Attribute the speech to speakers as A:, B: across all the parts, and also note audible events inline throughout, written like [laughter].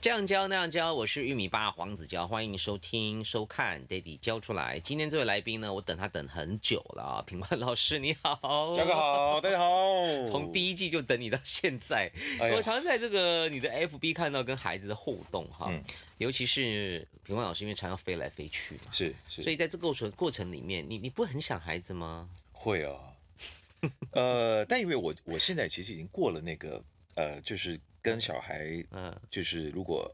A: 这样教那样教，我是玉米爸黄子佼，欢迎收听收看 Daddy 教出来。今天这位来宾呢，我等他等很久了啊， [laughs] 品冠老师你好，
B: 嘉哥好，大家好。
A: 哦从第一季就等你到现在，
B: 哎呀
A: 我常在这个你的 FB 看到跟孩子的互动哈，
B: 嗯
A: 尤其是品冠老师因为常常飞来飞去嘛，
B: 是是，
A: 所以在这个过程过程里面，你你不会很想孩子吗？
B: 会啊。 [laughs] 呃，但因为我我现在其实已经过了那个呃，就是跟小孩，
A: 嗯
B: 就是如果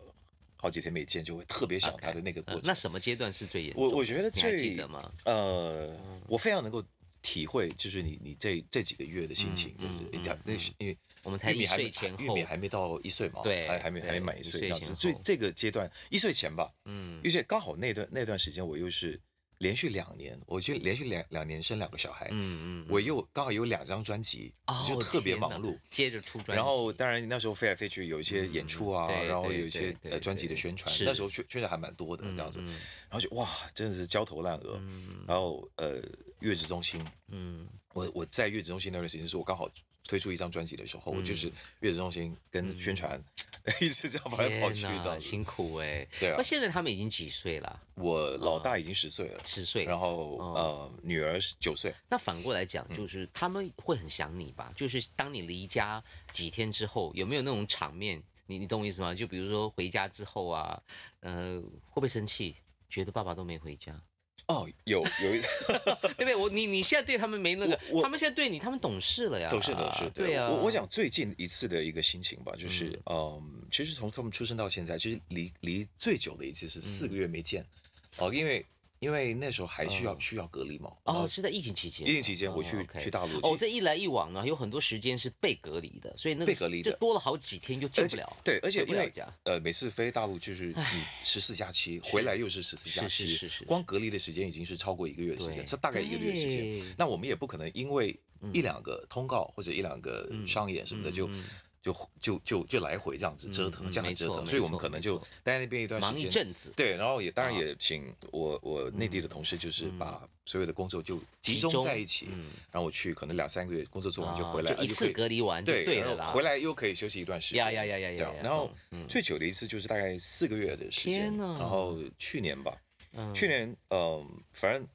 B: 好几天没见，就会特别想他的那个
A: 嗯
B: 过程。
A: 那什么阶段是最严重
B: 我
A: 的？
B: 我觉得
A: 你还
B: 最
A: 记得吗？
B: 呃，
A: 嗯
B: 我非常能够体会，就是你你这这几个月的心情，
A: 嗯
B: 就是
A: 嗯
B: 他那是因为
A: 我们才
B: 玉米
A: 一
B: 还没
A: 岁前
B: 玉
A: 后
B: 米还没到一岁嘛，
A: 对
B: 还还没
A: 对
B: 还没满一
A: 一岁
B: 岁这样
A: 前
B: 子，
A: 后
B: 所以这个阶段一岁前吧，
A: 嗯
B: 而且刚好那段那段时间我又是连续两年，我就连续两两年生两个小孩，
A: 嗯嗯，
B: 我又刚好有两张专辑，
A: 哦
B: 就特别
A: 天哪
B: 忙碌。
A: 接着出专辑，
B: 然后，当然那时候飞来飞去，有一些演出啊，
A: 嗯对
B: 然后
A: 对
B: 有一
A: 对
B: 些
A: 对
B: 呃专辑的
A: 对
B: 宣传
A: 是，
B: 那时候确确实还蛮多的
A: 嗯
B: 这样子。
A: 嗯
B: 然后就哇，真的是焦头烂额。然后呃，月子中心，
A: 嗯
B: 我我在月子中心那段时间是我刚好推出一张专辑的时候，
A: 嗯
B: 我就是月子中心跟宣传 [laughs] 一直这样跑来
A: 天
B: 跑去
A: 哪
B: 这样子。
A: 辛苦哎。
B: 对啊
A: 那现在他们已经几岁了？
B: 我老
A: 嗯
B: 大已经十岁了，
A: 十岁。
B: 然后
A: 哦
B: 呃，女儿是九岁。
A: 那反过来讲，
B: 嗯
A: 就是他们会很想你吧？就是当你离家几天之后，有没有那种场面？你你懂我意思吗？就比如说回家之后啊，呃，会不会生气？觉得爸爸都没回家， [laughs]
B: 哦，有有一次。 [laughs]
A: 对不对？我你你现在对他们没那个
B: 我，我
A: 他们现在对你，他们懂事了呀，
B: 都是都是，
A: 对啊。
B: 我我讲最近一次的一个心情吧，就是嗯、其实从他们出生到现在，其实离离最久的一次是
A: 嗯
B: 四个月没见，哦、因为因为那时候还需要、需要隔离嘛，然后
A: 嗯哦，是在疫情期间，
B: 呃疫情期间我去、
A: 哦，OK
B: 去大陆
A: 哦，这一来一往呢，有很多时间是被隔离的，所以那个
B: 被隔离的
A: 就多了好几天就进
B: 而
A: 不
B: 且
A: 了。
B: 对，而且
A: 回不
B: 因
A: 了
B: 为
A: 家
B: 呃，每次飞大陆就是你十四假期，回来又是十四假
A: 是
B: 期，
A: 是是是
B: 光隔离的时间已经是超过一个月的时
A: 对
B: 间，是大概一个月的时
A: 对嗯
B: 间。那我们也不可能因为一两个通告或者一两个商演什么的就。就就就就来回这样子折
A: 嗯
B: 腾，这样
A: 没
B: 很折
A: 错
B: 腾，
A: 没
B: 所以我们
A: 错
B: 可
A: 没
B: 能就
A: 错
B: 待在那边一段时
A: 忙
B: 间，
A: 一阵啊子
B: 对，然后也当然也请我我内地的同事，就是把所有的工作就集
A: 嗯集
B: 中
A: 中嗯
B: 在一起，然后我去可能两三个月工作做完就回来，
A: 啊就一
B: 而且
A: 次
B: 可以
A: 隔离完就
B: 对，
A: 对了
B: 然
A: 啦
B: 后回来又可以休息一段时间，
A: 呀呀呀呀呀
B: 这样
A: 呀
B: 然后
A: 懂
B: 最久的一次就是大概四个月的时间，
A: 天哪
B: 然后去年吧，
A: 嗯
B: 去年嗯、反正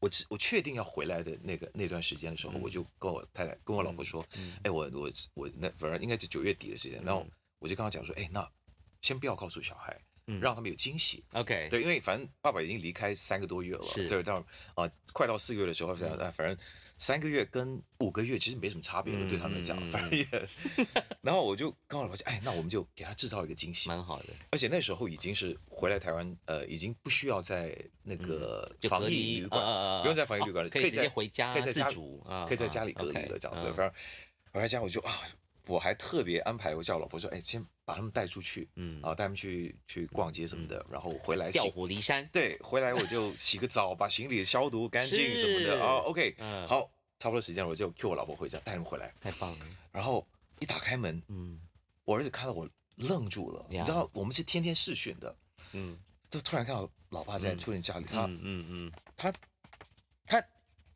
B: 我只我确定要回来的那个那段时间的时
A: 嗯
B: 候，我就跟我太太跟我老婆说，哎、我我我那反正应该是九月底的时间，然
A: 嗯
B: 后我就跟她讲说，哎、那先不要告诉小孩，
A: 嗯
B: 让他们有惊喜。
A: OK，
B: 对，因为反正爸爸已经离开三个多月了，
A: 是嗯
B: 对，到啊、快到四个月的时候，反正、啊反正三个月跟五个月其实没什么差别了，对他们来
A: 嗯
B: 讲， [laughs] 反正也。然后我就跟我老婆讲，哎，那我们就给他制造一个惊喜。
A: 蛮好的，
B: 而且那时候已经是回来台湾，呃，已经不需要在那个
A: 嗯就
B: 防
A: 隔
B: 疫
A: 离
B: 旅
A: 啊啊啊啊
B: 馆，不用在防疫旅馆了，
A: 哦可以直接
B: 在
A: 回家
B: 可以在家
A: 自主啊
B: 可以在家里隔离
A: 啊
B: 了
A: ，OK，
B: 这样子
A: 嗯。
B: 反正回来家我就啊，我还特别安排，我叫我老婆说，哎，先把他们带出去，
A: 嗯
B: 啊，带他们去去逛街什么的，然后回来
A: 调
B: 洗
A: 虎离山。
B: 对，回来我就洗个澡，把行李消毒干净什么
A: 是
B: 的啊。OK，、
A: 嗯
B: 好，差不多时间了我就 Q 我老婆回家，带他们回来。
A: 太棒了，
B: 然后一打开门， [laughs]
A: 嗯
B: 我儿子看到我愣住了。
A: 呀
B: 你知道我们是天天视讯的，
A: 嗯
B: 就突然看到老爸在出人家里，
A: 嗯嗯
B: 他他他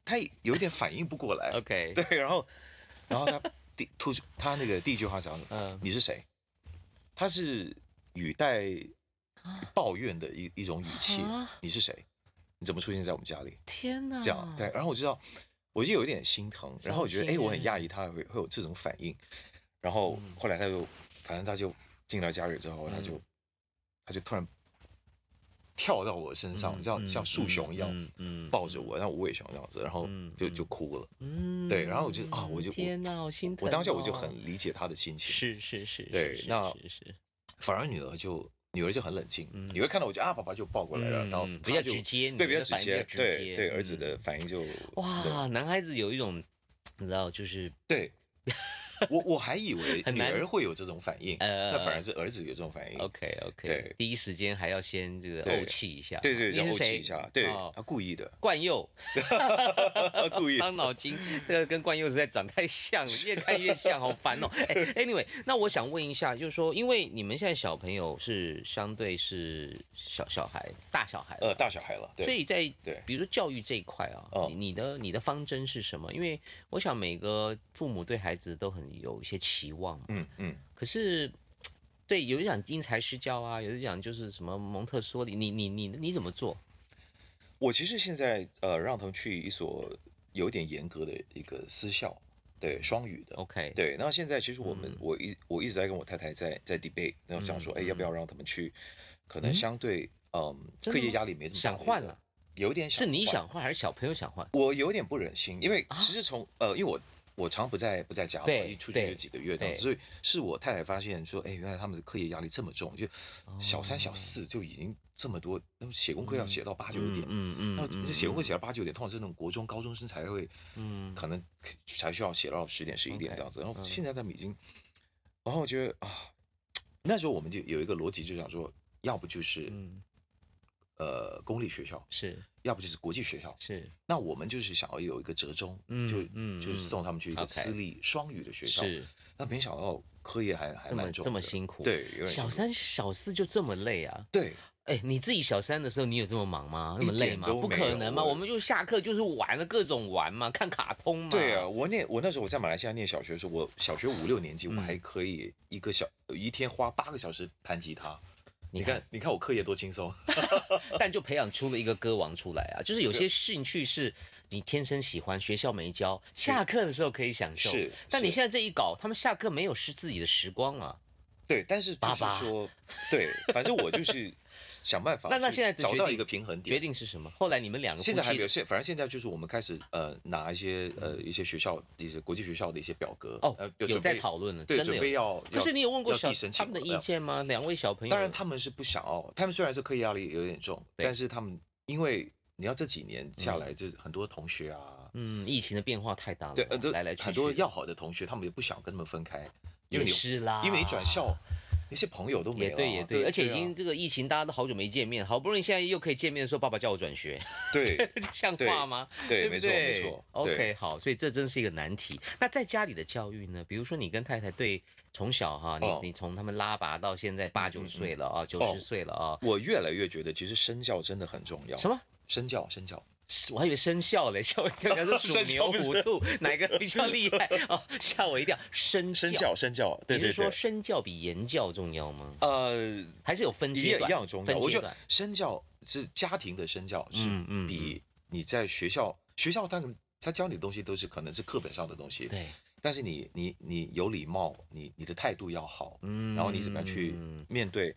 B: 他有点反应不过来
A: 嗯。，OK，
B: 对，然后然后他第突出他那个第一句话讲什么
A: 嗯
B: 你是谁？他是语带抱怨的一一种语气
A: 啊。
B: 你是谁？你怎么出现在我们家里？
A: 天哪，
B: 这样对，然后我知道，我就有点心疼，然后我觉得
A: 伤
B: 哎，
A: 心
B: 诶我很讶异他会会有这种反应，然后
A: 嗯
B: 后来他就，反正他就进到家里之后，他就他就突然跳到我身上，像像树熊一样
A: 嗯嗯嗯
B: 抱着我，像无尾熊那样子，然后
A: 嗯
B: 就就哭了。
A: 嗯
B: 对然后我就啊我就我
A: 天哪，好心疼哦。
B: 我当下我就很理解他的心情，
A: 是是是，
B: 对
A: 是
B: 那
A: 是是
B: 反而女儿就。女儿就很冷静，你会看到我就啊，爸爸就抱过来了，
A: 嗯
B: 然后
A: 嗯
B: 他
A: 比较
B: 就
A: 直接
B: 对，
A: 女
B: 比
A: 儿
B: 较
A: 的
B: 直
A: 反应
B: 接
A: 比，较直接
B: 对对，
A: 嗯
B: 儿子的反应就
A: [laughs] 哇，男孩子有一种你知道，就是
B: 对，我我还以为
A: 很
B: 女
A: 难
B: 儿会有这种反应，
A: 呃
B: 那反而是儿子有这种反应。
A: OK OK，
B: 嗯对
A: 第一时间还要先这个
B: 对
A: 怄气一下，
B: 对对，
A: 你
B: 然
A: 是
B: 后
A: 谁？
B: 气一下，对
A: 哦，
B: 他故意的， [laughs]
A: 冠佑，
B: 故
A: [laughs]
B: 意
A: 伤脑筋，这个跟冠佑实在长太像了，越看越像，好烦哦。
B: [laughs]
A: 哎、a n y w a y 那我想问一下，就是说，因为你们现在小朋友是相对是小小孩、大小孩了
B: 呃，大小孩了，
A: 所
B: 对，
A: 以在
B: 对
A: 比如说教育这一块啊，
B: 哦
A: 你你的你的方针是什么？因为我想每个父母对孩子都很有一些期望嘛，
B: 嗯嗯，
A: 可是。对，有的讲因材施教啊，有的讲就是什么蒙特梭利，你你你你怎么做？
B: 我其实现在呃让他们去一所有点严格的一个私校，对，双语的。
A: OK，，
B: 对，那现在其实我们、
A: 哦嗯
B: 我一我一直在跟我太太在在 debate，然后想说，
A: 嗯
B: 哎，要不要让他们去，可能相对嗯
A: 真
B: 课
A: 的
B: 业
A: 吗
B: 压力没这么大
A: 想换
B: 的一个
A: 了，
B: 有点
A: 是你
B: 换
A: 想换还是小朋友想换？
B: 我有点不忍心，因为
A: 啊
B: 其实从、呃，因为我我常不在不在家嘛，
A: 对
B: 一出去
A: 对
B: 就几个月这样
A: 对
B: 子，所以是我太太发现说，哎，原来他们的课业压力这么重，就小三
A: 哦
B: 小四就已经这么多，那么写功课要写到八九点，
A: 嗯
B: 那
A: 嗯嗯，
B: 这写功课
A: 嗯
B: 写到八九点，通常是那种国中高中生才会，
A: 嗯
B: 可能才需要写到十点十一点
A: OK，
B: 这样子。然后
A: 嗯
B: 现在他们已经，然后我觉得啊，那时候我们就有一个逻辑，就想说，要不就是、
A: 嗯
B: 呃公立学校，
A: 是
B: 要不就是国际学校，
A: 是
B: 那我们就是想要有一个折中，
A: 嗯
B: 就
A: 嗯
B: 就是送他们去一
A: 嗯
B: 个
A: ，OK
B: 私立双语的学校。
A: 是，
B: 那没想到课业还还
A: 这么
B: 蛮重的，
A: 这么辛苦，
B: 对，有点辛
A: 小
B: 苦
A: 三小四就这么累啊？
B: 对，
A: 哎，你自己小三的时候，你有这么忙吗？那
B: 一
A: 么累
B: 点
A: 吗？
B: 都
A: 不
B: 没
A: 可
B: 有
A: 能嘛！
B: 我
A: 我们就下课就是玩了，各种玩嘛，看卡通嘛。
B: 对啊，，我念我那时候我在马来西亚念小学的时候，我小学五六年级，我
A: 嗯
B: 还可以一个小一天花八个小时弹吉他。
A: 你
B: 你
A: 看
B: 看，你看我课业多轻松， [laughs]
A: 但就培养出了一个歌王出来啊！就是有些兴趣是你天生喜欢，学校没教，下课的时候可以享受。
B: 是
A: 但你
B: 是
A: 现在这一搞，他们下课没有是自己的时光啊。
B: 对，但是就
A: 爸
B: 是
A: 爸
B: 说，对，反正我就是 [laughs] 想办法
A: 那那
B: 去
A: 现在的
B: 找
A: 决
B: 到
A: 定
B: 一个平衡点
A: 决。定是什么？后来你们两个
B: 现在
A: 夫
B: 还
A: 妻
B: 没有，现反正现在就是我们开始呃拿一些呃一些学校一些国际学校的一些表格
A: 哦
B: 呃，
A: 有
B: 准
A: 在
B: 备
A: 讨论了，
B: 对
A: 真的
B: 准备
A: 有。可
B: 要。
A: 是你有问过
B: 要
A: 小
B: 递申
A: 他
B: 请
A: 们的
B: 了
A: 意？见吗？两位小朋
B: 呃
A: 友，
B: 当然他们是不想要，他们虽然是课业压力有点重，
A: 对
B: 但是他们因为你要这几年下来，就是很多同学啊，
A: 嗯，疫情的变化太大了，
B: 对，很多
A: 来来去去
B: 很多要好的同学，他们也不想跟他们分开，
A: 也
B: 因为你
A: 是啦，
B: 因为你转校，那些朋友都没
A: 也
B: 了啊，
A: 对也对，而且已
B: 啊
A: 经这个疫情，大家都好久没见面，好不容易现在又可以见面，说爸爸叫我转学， [laughs]
B: 对 [laughs]
A: 像
B: 对
A: 话吗？
B: 对，
A: 对
B: 没
A: 不
B: 错没
A: 对
B: 错对
A: OK，好，所以这真是一个难题。那在家里的教育呢？比如说你跟太太对从小哈，
B: 哦
A: 你你从他们拉拔到现在八九岁了啊，九
B: 哦
A: 十岁了啊，
B: 我越来越觉得其实身教真的很重要，
A: 什么？
B: 身教身教。
A: 是我还以为生肖嘞，吓我一跳，你说属
B: [laughs] 生肖
A: 牛、
B: 不是
A: 虎、兔，哪个比较厉害？哦，吓我一跳，生
B: 身教，身教，对
A: 你
B: 对
A: 是说
B: 对，
A: 身教比言教重要吗？
B: 呃，
A: 还是有分
B: 一
A: 阶
B: 样
A: 段？
B: 一样重要。
A: 分
B: 我
A: 阶
B: 觉得
A: 段。
B: 身教是家庭的身教，是
A: 嗯嗯
B: 比你在学校学校他他教你的东西都是可能是课本上的东西，
A: 对，
B: 但是你你你有礼貌，你你的态度要好，
A: 嗯
B: 然后你怎么样去面对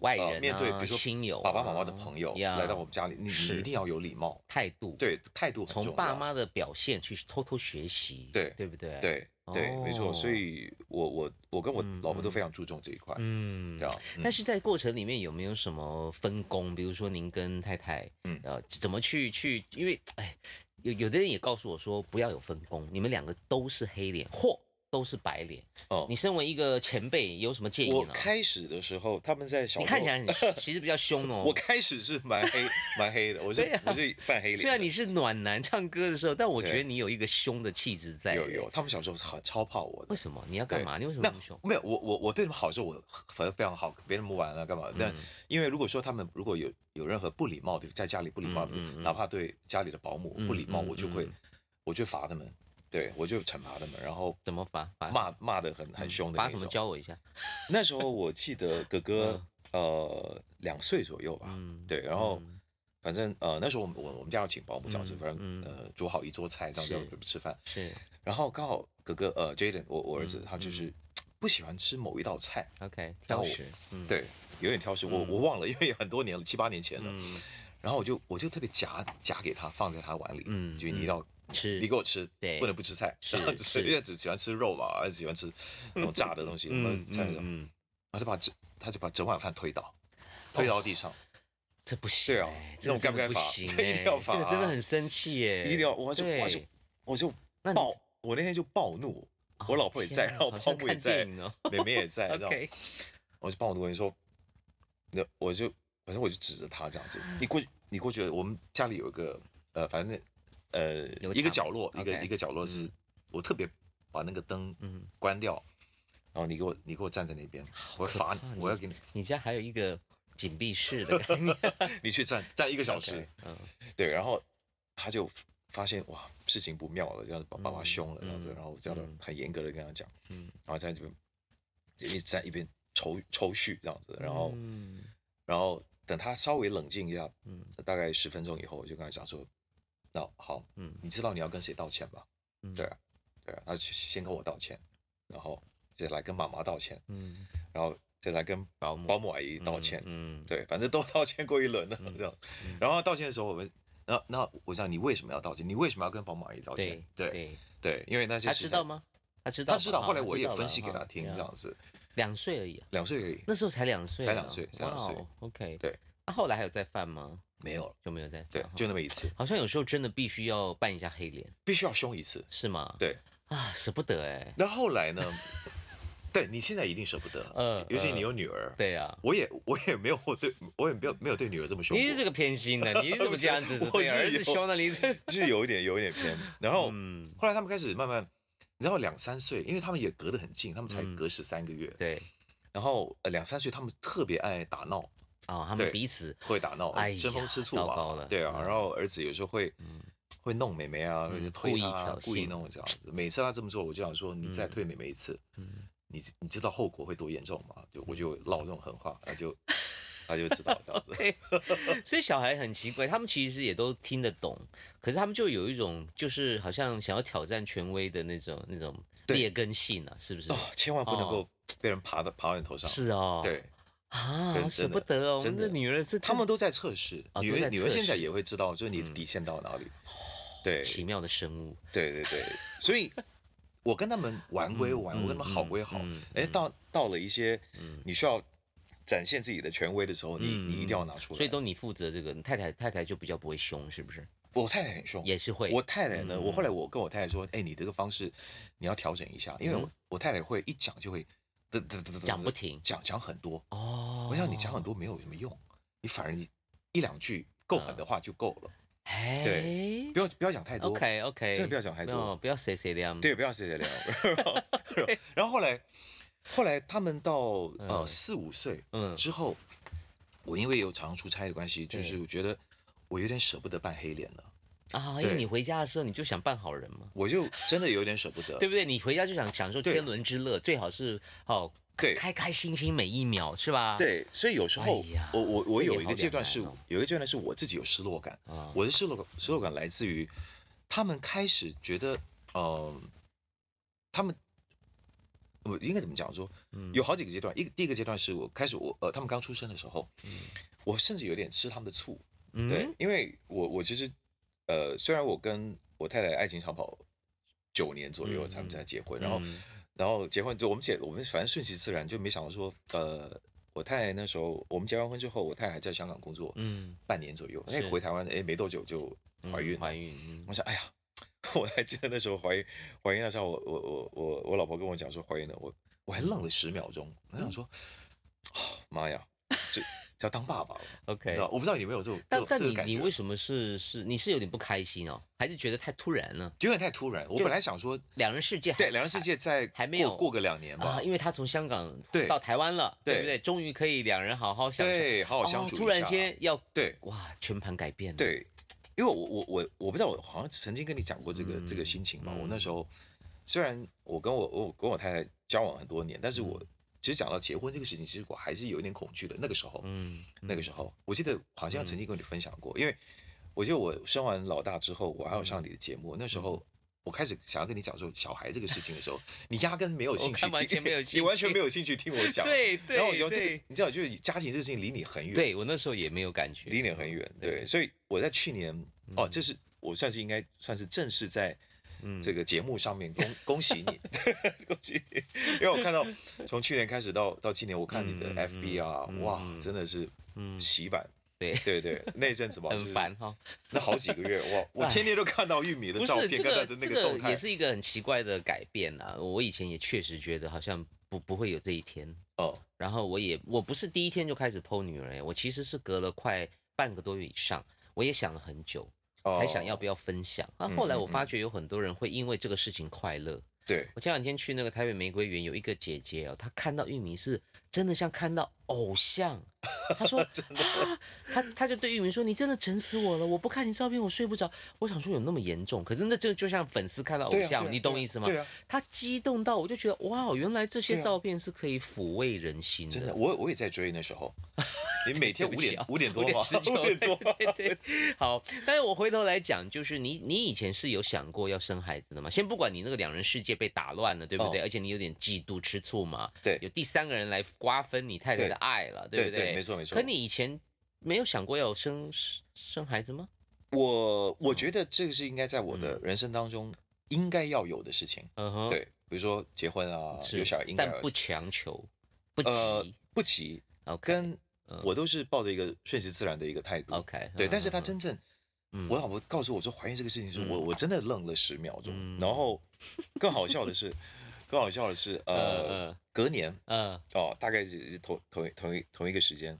A: 外人、啊
B: 呃面对比如说
A: 亲友、
B: 爸爸妈妈的朋友
A: 呀
B: 来到我们家里，你
A: 啊是
B: 你一定要有礼貌，
A: 态度，，
B: 对态度很重
A: 从
B: 要。
A: 爸妈的表现去偷偷学习，
B: 对
A: 对不对？，
B: 对对没错，所
A: 哦
B: 以我我我跟我
A: 嗯
B: 老婆都
A: 嗯
B: 非常注重这一块，
A: 嗯
B: 这。样。嗯
A: 但是在过程里面有没有什么分工？比如说您跟太太，嗯
B: 嗯，
A: 呃，怎么去去？因为哎，有有的人也告诉我说不要有分工，你们两个都是黑脸或都是白脸。
B: 哦
A: 你身为一个前辈，有什么建议
B: 我
A: 呢？
B: 开始的时候，他们在小
A: 你
B: 时
A: 看
B: 候
A: 起来很凶，其实比较凶哦。
B: [laughs] 我开始是蛮黑蛮黑的，我是、
A: 对啊
B: 我是半黑脸的。
A: 虽然你是暖男唱歌的时候，但我觉得
B: 对
A: 你有一个凶的气质在。
B: 有有，他们小时候很超怕我的
A: 为。什么？你要干
B: 对
A: 嘛？你为什么
B: 那
A: 那么凶？
B: 没有我我我对他们好的时候，我反正非常好，别人不玩了啊干嘛？但
A: 嗯
B: 因为如果说他们如果有有任何不礼貌的，在家里不礼貌的，
A: 嗯嗯嗯
B: 哪怕对家里的保姆
A: 嗯
B: 不礼貌，
A: 嗯
B: 我就会、
A: 嗯
B: 我就罚他们，对我就惩罚他们，然后
A: 怎么罚？罚
B: 骂骂的很很凶的
A: 嗯罚
B: 那
A: 什么
B: 种
A: 教我一下？
B: 那时候我记
A: [laughs]
B: 得哥哥呃两岁左右吧，
A: 嗯
B: 对，然后
A: 嗯
B: 反正呃那时候我们我我们家要请保姆这样子，
A: 嗯
B: 反
A: 嗯
B: 正呃煮好一桌菜这样子要
A: 是
B: 准备吃饭，
A: 是
B: 然后刚好哥哥呃 Jaden 我我儿子
A: 嗯
B: 他就是不喜欢吃某一道菜，
A: OK，
B: 然
A: 挑
B: 后
A: 食。嗯，
B: 对，有点挑食，我
A: 嗯
B: 我忘了，因为很多年了，七八年前了，
A: 嗯，
B: 然后我就我就特别夹夹给他放在他碗里，
A: 嗯
B: 就你要。
A: 吃
B: 你给我吃，
A: 对
B: 不能不吃菜，
A: 是是
B: 因为只喜欢吃肉嘛，而且喜欢吃那种炸的东西，什么
A: 嗯
B: 菜的
A: 嗯，嗯，
B: 他就把整他就把整碗饭推倒，
A: 哦
B: 推倒地上，
A: 这不行
B: 对啊
A: 哎，
B: 这种
A: 个真
B: 该
A: 的
B: 不
A: 不
B: 该罚
A: 行
B: [laughs] 这一定
A: 哎
B: 要罚
A: 这个真的
B: 啊 [laughs]
A: 很生气耶，
B: 一定要我就我就
A: 对
B: 我就
A: 那你
B: 暴，我那天就暴怒，我老婆也
A: 天
B: 在，然
A: 啊
B: 后
A: 好像
B: 泡沫也
A: 看
B: 在哎
A: 电，影哦
B: 妹妹也
A: [laughs]
B: 在，然后
A: OK，
B: 我就帮我的文说，那我就反正我就指着他这样子，
A: 嗯
B: 你过去你过去，我们家里有一个呃，反正那呃
A: 有个
B: 一个
A: 墙
B: 角落，一个
A: OK
B: 一个角落是，我特别把那个灯
A: 嗯
B: 关掉，然后你给我你给我站在那边，我要
A: 可
B: 罚
A: 怕
B: 你，我要给你
A: 你家还有一个紧闭式
B: [laughs]
A: 的概念，
B: 你去站站一个小时
A: OK，，嗯，
B: 对，然后他就发现哇事情不妙了，这样子把爸爸
A: 嗯
B: 凶了这样子，
A: 嗯
B: 然后我叫他
A: 嗯
B: 很严格的跟他讲，
A: 嗯
B: 然后他就就一直在一边抽抽蓄这样子，然后。
A: 嗯
B: 然后等他稍微冷静一下，
A: 嗯
B: 大概十分钟以后，我就跟他讲说，那好，
A: 嗯
B: 你知道你要跟谁道歉吧？
A: 嗯
B: 对啊，对啊，那就先跟我道歉，然后再来跟妈妈道歉，
A: 嗯，
B: 然后再来跟
A: 保姆
B: 保姆阿姨道
A: 嗯
B: 歉，
A: 嗯，
B: [laughs] 对，反正都道歉过一轮了
A: 嗯
B: 这样
A: 嗯。
B: 然后道歉的时候，我们。那那我想你为什么要道歉？你为什么要跟保姆阿姨道歉
A: 对？
B: 对
A: 对，
B: 对，因为那些
A: 他
B: 事
A: 知
B: 情
A: 道？吗？他知道吧，
B: 他知道。
A: 哈
B: 后来我也分析给他
A: 他
B: 听，
A: 知道了哈
B: 这
A: 对啊
B: 样子，
A: 两岁而已啊，
B: 两岁而已，
A: 那时候才两岁啊，
B: 才两岁才两岁
A: 哇哦，OK，
B: 对。
A: 那后来还有再犯吗？
B: 没有了。
A: 就没有再犯
B: 对
A: 哈，
B: 就那么一次，
A: 好像有时候真的必须要扮一下黑脸，
B: 必须要凶一次。
A: 是吗？
B: 对，
A: 啊，舍不得哎，
B: 那后来呢？对你现在一定舍不得，
A: 嗯
B: 尤其
A: 嗯
B: 你有女儿，
A: 对呀、啊。
B: 我也我也没有对，我也没有没有对女儿这么凶
A: 你是
B: 过，？
A: 这个偏心的，你是怎么这样子
B: [laughs] 我
A: 对啊
B: 是
A: 儿
B: 有
A: 子凶的，你
B: [laughs]
A: 这
B: 是有一点有一
A: [laughs]
B: 点偏。然后
A: 嗯，
B: 后来他们开始慢慢，你知道两三岁，因为他们也隔得很近，他们才
A: 嗯
B: 隔十三个月，
A: 对，
B: 然后呃两三岁他们特别爱打闹，
A: 哦，他
B: 对
A: 们彼此
B: 会打闹
A: 哎，呀
B: 争风吃醋
A: 糟糕
B: 嘛
A: 了，
B: 对啊。
A: 嗯
B: 然后儿子有时候会会弄妹妹啊，
A: 嗯
B: 或者推
A: 故意
B: 她，
A: 挑
B: 故意
A: 衅嗯
B: 弄这样子。每次他这么做，我就想说，你再推妹妹一次，你知你知道后果会多严重吗？就
A: 嗯
B: 我就唠这种狠话，他就他就知道
A: [laughs]
B: 这样子。
A: 所以小孩很奇怪，他们其实也都听得懂，可是他们就有一种就是好像想要挑战权威的那种那种
B: 对
A: 劣根性啊，是不是
B: 哦？，千万不能够
A: 哦
B: 被人爬到爬到你头上。
A: 是哦，
B: 对，
A: 啊，
B: 真
A: 好舍
B: 真的
A: 不得哦，我
B: 真
A: 们的
B: 的
A: 女儿是
B: 他们都在测试，
A: 哦
B: 女
A: 都
B: 儿
A: 在
B: 女儿
A: 测
B: 现在
A: 试嗯哦
B: 也会知道，就是你的底线到哪里。对
A: 奇妙的生物，
B: 对对对，所以我跟他们玩归玩，
A: 嗯
B: 我跟他们好归好
A: 嗯，
B: 哎，到到了一些你需要展现自己的权威的时候，你
A: 嗯
B: 你一定要拿出来。
A: 所以都你负责这个，你太太太太就比较不会凶，是不是？
B: 我太太很凶，
A: 也嗯是会，
B: 我太太呢，我后来我跟我太太说，哎，你这个方式你要调整一下，因为我我太太会一讲就会嘚嘚嘚嘚嘚
A: 嗯讲不停
B: 讲讲很多。
A: 哦，
B: 我想你讲很，多没有什么用，你反而你一两句够狠的话就够了，
A: 哎，
B: 对不要不要讲太多。
A: ，OK OK，
B: 真的不要讲太多
A: 不要谁谁的，
B: 对，不要谢谢聊。
A: [laughs]
B: 然后后来，后来他们到呃
A: 嗯
B: 四五岁
A: 嗯
B: 之后，我因为有常出差的关系，就
A: 对
B: 是我觉得我有点舍不得扮黑脸了，
A: 啊，因为
B: 对
A: 你回家的时候你就想扮好人嘛。
B: 我就真的有点舍不
A: [laughs]
B: 得
A: 对。不对？你回家就想享受
B: 对
A: 天伦之乐，最好是哦，
B: 对
A: 开开心心每一秒，是吧？，
B: 对，所以有时候
A: 哎呀
B: 我我我
A: 这也
B: 有一
A: 好
B: 个阶
A: 两
B: 段
A: 难
B: 是
A: 哦
B: 有一个阶段是我自己有失落感，
A: 啊，
B: 我的失落感失落感来自于他们开始觉得，呃，他们我应该怎么讲说，
A: 嗯
B: 有好几个阶段，一个第一个阶段是我开始我呃他们刚出生的时候，我甚至有点吃他们的醋，对
A: 嗯，，
B: 因为我我其实呃虽然我跟我太太爱情长跑九年左右，
A: 嗯
B: 他们
A: 嗯
B: 才结婚，然后
A: 嗯
B: 然后结婚就我们姐我们反正顺其自然，就没想到说呃。我太太那时候，我们结完婚之后，我太太还在香港工作，
A: 嗯，
B: 半年左右。那
A: 是
B: 回台湾，哎，没多久就
A: 嗯
B: 怀孕了。
A: 怀孕，嗯
B: 我想，哎呀， [laughs] 我还记得那时候怀孕，怀孕那时候我，我我我我老婆跟我讲说怀孕了，我我还愣了十秒钟，
A: 嗯
B: 我想说，啊妈呀，这要当爸爸了，你
A: ，OK
B: 知道？。我不知道你有没有这种这
A: 但
B: 种
A: 但
B: 这个
A: 你
B: 感
A: 你
B: 觉
A: 为，什么是是你是有点不开心哦，还是觉得太突然了？
B: 有点太突然。我
A: 就
B: 本来想说，
A: 两人世界还
B: 对，两人世界再
A: 还没
B: 过
A: 有
B: 过个两年吧
A: 啊，，因为他从香港
B: 对
A: 到台湾了，对不
B: 对
A: 对？终于可以两人好好相处，
B: 对，好好相
A: 哦
B: 处一下。
A: 突然间要
B: 对
A: 哇，全盘改变了，
B: 对，因为我我我我不知道，我好像曾经跟你讲过这个、这个
A: 嗯
B: 心情吧。我那
A: 嗯
B: 时候虽然我跟我我跟我太太交往很多年，但是我
A: 嗯
B: 其实讲到结婚这个事情，其实我还是有一点恐惧的。那个时候，
A: 嗯，嗯，
B: 那个时候，我记得好像曾经跟你分享过，因为我记得我生完老大之后，我还有
A: 嗯
B: 上你的节目，那时候。我开始想要跟你讲说小孩这个事情的时候，你压根没有兴趣
A: 看
B: 听，
A: 完全没有
B: [laughs] 你
A: 兴
B: 完全
A: 趣
B: 没有兴趣听我
A: [laughs]
B: 讲。
A: 对
B: 然后我
A: 对
B: 觉得这
A: 对
B: 个，你知道，就是家庭这个事情离你很远。
A: 对我那时候也没有感觉，
B: 离你很远，
A: 对
B: 对，所以我在去年哦，这是我算是应该算是正式在
A: 嗯
B: 这个节目上面
A: [laughs]
B: 恭恭喜你，恭喜你，因为我看到从去年开始到到今年，我看你的
A: 嗯嗯
B: FB 啊
A: 嗯，
B: 哇
A: 嗯，
B: 真的是
A: 嗯
B: 洗版，
A: 对
B: 对对，那一阵子
A: [laughs]
B: 吧，
A: 很烦，哈。
B: 那好几个月，我
A: [laughs]
B: 我
A: 哎
B: 天天都看到玉米的
A: 不
B: 照
A: 是
B: 片
A: 这
B: 跟他
A: 个
B: 的那
A: 这
B: 个动
A: 也
B: 态，
A: 是一个很奇怪的改变啊！我以前也确实觉得好像不不会有这一天，
B: 哦，
A: 然后我也我不是第一天就开始剖女人，我其实是隔了快半个多月以上，我也想了很久，
B: 哦
A: 才想要不要分享。那、
B: 嗯
A: 后来
B: 嗯
A: 我发
B: 嗯
A: 觉有很多人会因为这个事情快乐。
B: 对，
A: 我前两天去那个台北玫瑰园，有一个姐姐哦，她看到玉米是真的像看到偶像，她
B: [laughs]
A: 说啊，她她就对玉米说：“你真的整死我了！我不看你照片，我睡不着。”我想说有那么严重？可是那就就像粉丝看到偶
B: 对啊
A: 像，
B: 对啊
A: 你懂意思吗？
B: 对啊，
A: 她激动到我就觉得哇，哦原来这些
B: 对啊
A: 照片是可以抚慰人心
B: 真的，我我也在追那
A: [laughs]
B: 时候，你每天五
A: 对不起
B: 点
A: 啊
B: 五点多
A: 五
B: 吗？
A: 点十九
B: [laughs] 五点多，
A: 对对对，好。但是我回头来讲，就是你你以前是有想过要生孩子的吗？先不管你那个两人世界被打乱了，对不对？
B: 哦
A: 而且你有点嫉妒吃醋嘛，
B: 对
A: 有第三个人来瓜分你太太的
B: 对
A: 爱了，不
B: 对
A: 对？
B: 没错没错。
A: 可你以前没有想过要生生孩子吗？
B: 我
A: 嗯
B: 我觉得这个是应该在我的人生当中应该要有的事情，
A: 嗯哼，
B: 对，比如说结婚啊，
A: 是，
B: 有小孩应该
A: 但
B: 要
A: 不强求，不
B: 呃
A: 急。
B: 不急，
A: OK，
B: 跟我都是抱着一个顺其自然的一个态度，
A: 嗯 OK，
B: 对，
A: 嗯
B: 但是她
A: 嗯
B: 真正
A: 嗯
B: 我老婆告诉我说怀孕这个事情是我、
A: 嗯
B: 我真的愣了十秒钟，
A: 嗯
B: 然后更好笑
A: [laughs]
B: 的是，更好笑的是呃、
A: 嗯嗯
B: 隔年
A: 嗯
B: 哦，大概是是同同一同一同一个时间，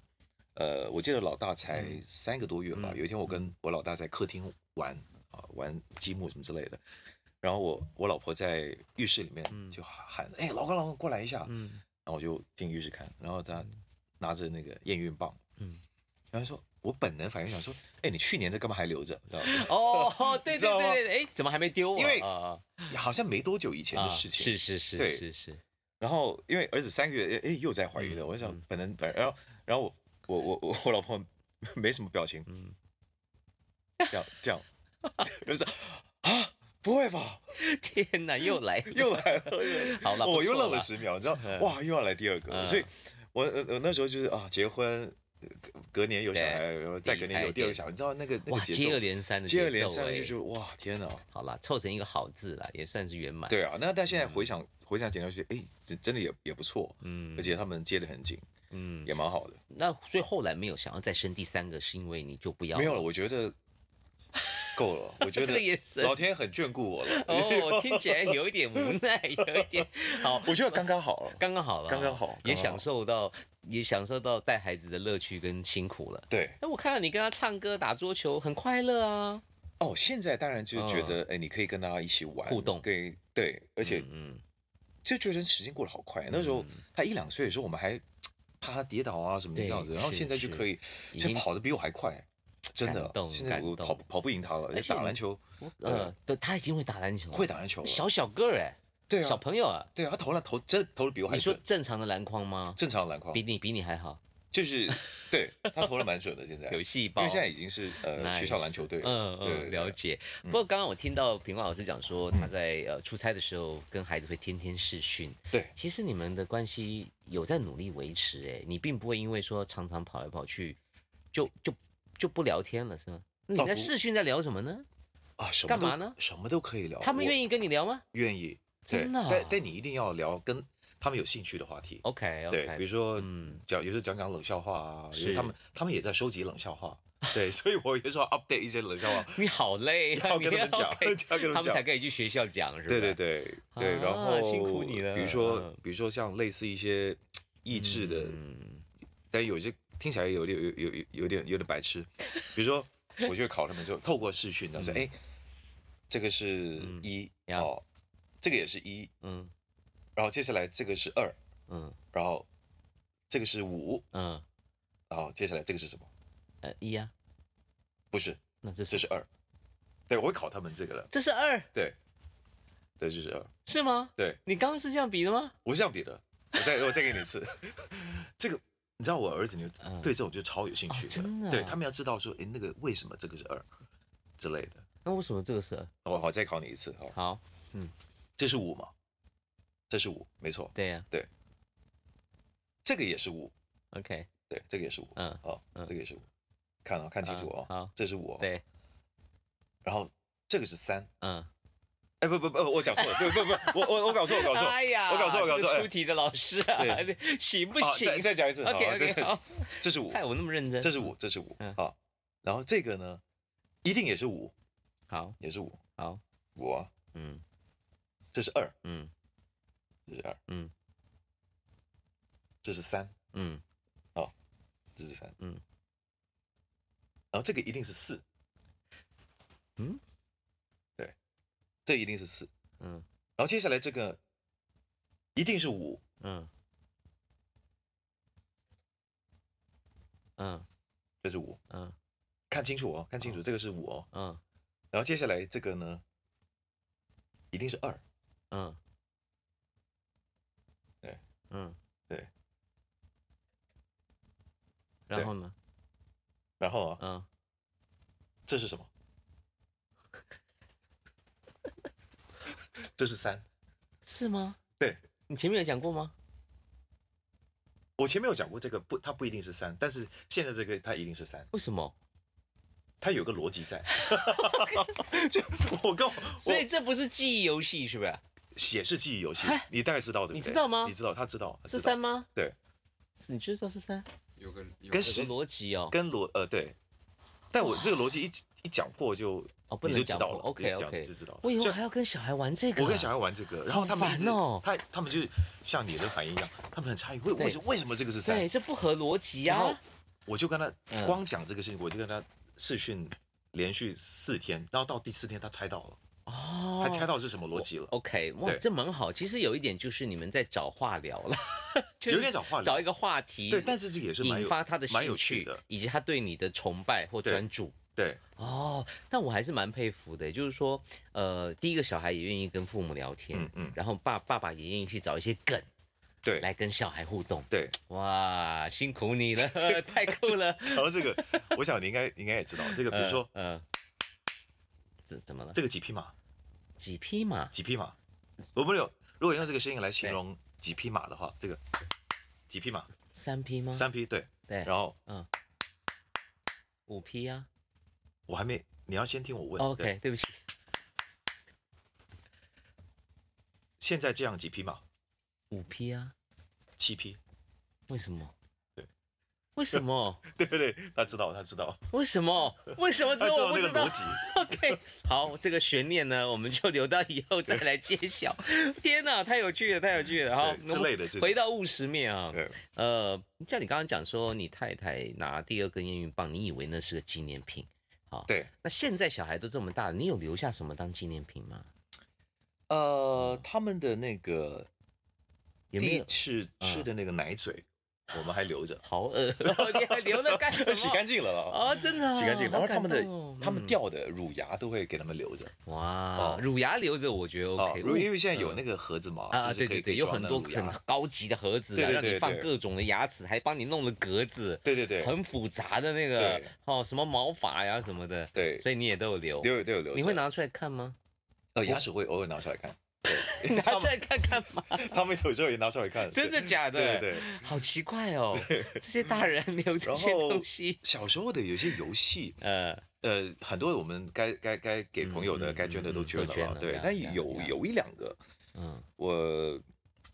B: 呃，我记得老大才
A: 嗯
B: 三个多月吧，
A: 嗯
B: 有一天我跟我老大在客厅玩啊玩积木什么之类的，然后我我老婆在浴室里面
A: 嗯
B: 就喊哎、老公老公过来一下，
A: 嗯
B: 然后我就进浴室看，然后他拿着那个验孕棒，
A: 嗯，
B: 然后说我本能反应想说，哎，你去年的干嘛还留着？知道吗？ [laughs]
A: 哦， [laughs] 对
B: 知
A: 对
B: 道吗
A: 对对，哎，怎么还没丢啊？
B: 因为
A: 啊啊
B: 好像没多久以前的
A: 啊
B: 事情。
A: 是是是
B: 对
A: 是是， [laughs]
B: 然后因为儿子三个月，哎哎又在怀孕了，
A: 嗯
B: 我就想
A: 嗯
B: 本能本，然后然后我我我我老婆没什么表情，
A: 嗯，
B: 这样这样，就是啊不会吧，
A: 天哪，又来
B: 又来了，
A: [laughs] 好了，
B: 我
A: 不
B: 又
A: 错
B: 愣了
A: 啦
B: 十秒，
A: [laughs]
B: 你知道
A: 嗯
B: 哇又要来第二个，
A: 嗯
B: 所以我呃我那时候就是啊结婚。呃隔隔年有小孩，然后再隔年有第二个小孩，你知道那个那
A: 哇，
B: 个节奏，
A: 接二连三的
B: 接
A: 节
B: 二连
A: 奏
B: 三
A: 哎
B: 就觉得哇天哪，
A: 好啦，凑成一个好字啦，也算是圆满。，
B: 对啊，那但现在回想、回想起来，觉得哎，真真的也也不错，
A: 嗯
B: 而且他们接得很紧，
A: 嗯，
B: 也蛮好的。
A: 那所以后来没有想要再生第三个，是因为你就不要
B: 没有了，我觉得够了，我觉
A: [laughs] 这个
B: 得
A: 眼神
B: 老天很眷顾我了。
A: [laughs]
B: [laughs]
A: 哦，听起来有一点无奈，有一点好，
B: 我觉得刚刚好了。
A: 刚刚好了，啊
B: 刚刚好
A: 也
B: 刚刚
A: 享
B: 好
A: 受到也享受到带孩子的乐趣跟辛苦了。
B: 对
A: 哎，我看到你跟他唱歌、打桌球，很快乐啊，
B: 哦，现在当然就觉得，哎、你可以跟大家一起玩
A: 互动
B: 对对，而
A: 而
B: 且
A: 嗯，
B: 就觉得时间过得好快。那时候他一两岁的时候，我们还怕他跌倒啊什么这样子，
A: 对
B: 然后
A: 是
B: 现在就是可以，
A: 已
B: 现
A: 经
B: 在跑得比我还快，真的
A: 感。动
B: 现在
A: 感
B: 我
A: 动
B: 跑不跑不赢他了，
A: 而且
B: 打
A: 你
B: 篮球
A: 嗯呃，对，他已经会打篮球了，
B: 会打篮球了，啊
A: 小小个儿哎，
B: 对啊
A: 小，朋友啊，
B: 对啊，他投篮投真投的比我还
A: 你说
B: 准，
A: 正常的篮筐吗？
B: 正常的篮筐
A: 比你比你还好，
B: 就是对他投的蛮准的，
A: [laughs]
B: 现在
A: 有细
B: 因
A: 胞
B: 为。现在已经是呃
A: Nice
B: 学校篮球队了，
A: 嗯
B: 对对
A: 嗯，
B: 对嗯
A: 了解。不过刚刚我听到平光老师讲说，他在呃出差的时候跟孩子会天天视讯。
B: 对，
A: 其实你们的关系有在努力维持，哎，你并不会因为说常常跑来跑去，就就就不聊天了，是吗？那你
B: 哦
A: 在
B: 不
A: 视讯在聊什么呢？
B: 啊，什么
A: 干
B: 都
A: 嘛呢
B: 什么都可以聊，
A: 他们
B: 哦我
A: 愿意跟你聊吗
B: 愿意，对
A: 真的啊
B: 但但你一定要聊跟他们有兴趣的话题，
A: ？OK
B: 对，比
A: OK，
B: 如说
A: 嗯
B: 讲有时候讲讲冷笑话啊，因为
A: 是
B: 他们他们也在收集冷
A: [laughs]
B: 笑话，对，所以我有时候 update 一些冷笑话，
A: 你好累啊，
B: 要
A: 你
B: 跟他们讲
A: OK，
B: [laughs] 要跟他们
A: 他们才
B: 讲
A: 可以去学校讲，是吧？
B: 对对对对，然
A: 啊
B: 后
A: 辛苦你了
B: 比如说
A: 嗯
B: 比如说像类似一些益智的
A: 嗯
B: 但有些听起来有点有有有有点有点白痴，比如说，我就会考他们说，透过视讯，然后说，哎、这个是
A: 嗯
B: 一、
A: 呀
B: 哦，这个也是一，
A: 嗯
B: 然后接下来这个是二，
A: 嗯
B: 然后这个是五，
A: 嗯，
B: 然后接下来这个是什么？
A: 呃一啊，
B: 不是，
A: 那这
B: 这
A: 是
B: 是二。对，我会考他们这个的。
A: 这是二
B: 对，对，这是二。
A: 是吗？
B: 对，
A: 你刚刚是这样比的吗？
B: 我是这样比的。我再我再给你一次， [laughs] 这个。你知道我儿子牛
A: 嗯
B: 对这种就超有兴
A: 哦
B: 趣的，
A: 真的啊
B: 对他们要知道说，哎，那个为什么这个是二之类的。
A: 那为什么这个是二？
B: 我哦好再考你一次，好。
A: 好，
B: 这是五嘛？这是五，没错，
A: 对啊呀、
B: 这个也是五，
A: o k
B: 对，这个也是五，
A: 嗯，
B: 好，
A: 嗯
B: 这个也是五，看啊，看清楚
A: 嗯
B: 哦，
A: 好
B: 这是五哦，
A: 对，
B: 然后这个是三，
A: 嗯
B: 哎，不不不，我讲错了，不不不，我我我搞错，我搞错，
A: 哎呀，
B: 我搞错，我搞
A: 这
B: 错，
A: 个
B: 哎
A: 出题的老师啊 [laughs]
B: 对，
A: 行不
B: 啊
A: 行
B: 再再讲一 [laughs] 次
A: ？OK
B: 好这
A: OK，
B: 是
A: 好，
B: 这是五，
A: 害我那么认真，
B: 这是五，这是五
A: 嗯，
B: 好，然后这个呢，一定也是五，
A: 好
B: 也是五，
A: 好，
B: 我
A: 嗯
B: 这是二，
A: 嗯
B: 这是二，
A: 嗯，
B: 这是三，
A: 嗯，
B: 这是三，
A: 嗯，
B: 然后这个一定是四，
A: 嗯，
B: 对，这一定是四，
A: 嗯
B: 然后接下来这个一定是五，
A: 嗯嗯
B: 这是五，
A: 嗯
B: 看清楚哦，看清楚，这个是五哦，
A: 嗯
B: 然后接下来这个呢，一定是二，
A: 嗯，
B: 对，
A: 嗯
B: 对，
A: 然
B: 对
A: 后呢？
B: 然后啊，
A: 嗯，
B: 这是什么？ [laughs] 这是三，
A: 是吗？
B: 对
A: 你前面有讲过吗？
B: 我前面有讲过这个不，它不一定是三，但是现在这个它一定是三，
A: 为什么？
B: 它有个逻辑在。 [laughs] 就我跟我
A: 所以这不是记忆游戏，是不是？
B: 也是记忆游戏
A: 嗨，
B: 你大概知道对不
A: 哎
B: 对？
A: 你知道吗
B: 你知道，他知道，他知
A: 是
B: 道
A: 三吗？
B: 对，
A: 是你知道是三？
C: 有个有
B: 跟
C: 个
A: 有
B: 实
A: 个逻辑哦，
B: 跟逻呃对，但我这个逻辑一一讲破就
A: 哦，不
B: 你
A: 能
B: 就
A: 讲
B: 知道
A: 破。
B: 了
A: OK
B: 你讲
A: OK，
B: 就知道了
A: 我以
B: 就
A: 后还要跟小孩玩这个啊。
B: 我跟小孩玩这个，然后他们一直
A: 好烦哦
B: 他他们就像你的反应一样，他们很诧异，为
A: 对
B: 为什为什么这个是三
A: 对，？这不合逻辑
B: 然后
A: 啊。
B: 我就跟他
A: 嗯
B: 光讲这个事情，我就跟他试训连续四天，然后到第四天他猜到了，
A: 哦，
B: 他猜到是什么逻辑了，
A: OK，哇，
B: 对
A: 这蛮好。其实有一点就是你们在找话聊了，就是
B: 有点找话聊
A: 找一个话题，
B: 对，但是这个也是蛮
A: 引
B: 有
A: 发他的
B: 蛮
A: 兴
B: 有趣
A: 趣
B: 的，，
A: 以及他对你的崇拜或
B: 对
A: 专注。
B: 对
A: 哦，但我还是蛮佩服的，就是说，呃，第一个小孩也愿意跟父母聊天，
B: 嗯嗯
A: 然后爸爸爸也愿意去找一些梗
B: 对
A: 来跟小孩互动，
B: 对。
A: 哇，辛苦你了， [laughs] 太酷
B: [laughs]
A: 了。
B: 讲到这个，我想你应该应该也知道这个，比如说
A: 呃，呃怎怎么了？
B: 这个几匹马，
A: 几匹马？
B: 几匹马，我不是有，如果用这个声音来形容几匹马的话，这个几匹马，
A: 三匹吗？
B: 三匹对，
A: 嗯对，
B: 然后
A: 五匹啊。
B: 我还没，你要先听我问。对
A: 哦 OK，对不起，
B: 现在这样几匹马？
A: 五匹啊。
B: 七匹。 [laughs]
A: 为什么？
B: 对，
A: 为什么？
B: 对对对，他知道，他知道，
A: 为什么？为什么
B: 他
A: 这
B: 知
A: 我
B: 道
A: 不
B: 那
A: 知
B: 个
A: 道
B: 逻辑。
A: ？OK，好， [laughs] 这个悬念呢，我们就留到以后再来揭
B: [laughs]
A: 晓。天哪，太有趣了，太有趣了哈！
B: 对
A: 那
B: 之
A: 我们
B: 类的这种
A: 回到务实面啊，
B: 对
A: 呃，像你刚刚讲说，你太太拿第二根验孕棒，你以为那是个纪念品。
B: 对，
A: 那现在小孩都这么大了，你有留下什么当纪念品吗？嗯
B: 呃，他们的那个
A: 有没有嗯
B: 第一？次吃的那个奶嘴，我们还留着，
A: 好恶哦， [laughs] 你还留了干什么？
B: [laughs] 洗干净了了。
A: 哦，真的哦、
B: 洗干净，然后
A: 好
B: 他
A: 感
B: 们的
A: 动哦
B: 他们
A: 嗯
B: 掉的乳牙都会给他们留着
A: 哇
B: 哦，
A: 乳牙留着我觉得
B: 啊，
A: OK，
B: 如因为现在有
A: 嗯
B: 那个盒子嘛，
A: 啊，
B: 就
A: 对
B: 是可以
A: 对
B: 可以
A: 对，有
B: 装
A: 很
B: 那
A: 多
B: 乳牙
A: 很高级的盒子
B: 对
A: 啊，
B: 对
A: 让你
B: 对
A: 放
B: 对
A: 各种的牙齿，还帮你弄了格子，
B: 对对对，
A: 很复杂的那个
B: 对
A: 哦，什么毛发呀什么的，
B: 对
A: 所以你也都有留，
B: 留都有留着。
A: 你会拿出来看吗？
B: 呃牙齿会偶尔拿出来看，
A: [laughs] 拿出来看看嘛，
B: [laughs] 他们有时候也拿出来看。
A: 真的假
B: 对
A: 的？
B: 对对。
A: 好奇怪哦，这些大人留这些
B: 然后
A: 东西，
B: 小时候的有些游戏，
A: 呃，
B: 呃，很多我们该该该给朋友的、
A: 嗯
B: 该捐的
A: 嗯
B: 都
A: 嗯
B: 捐
A: 都
B: 了
A: 捐
B: 啦
A: 了
B: 对
A: 呀。
B: 但
A: 呀
B: 有
A: 呀
B: 有一两个，
A: 嗯
B: 我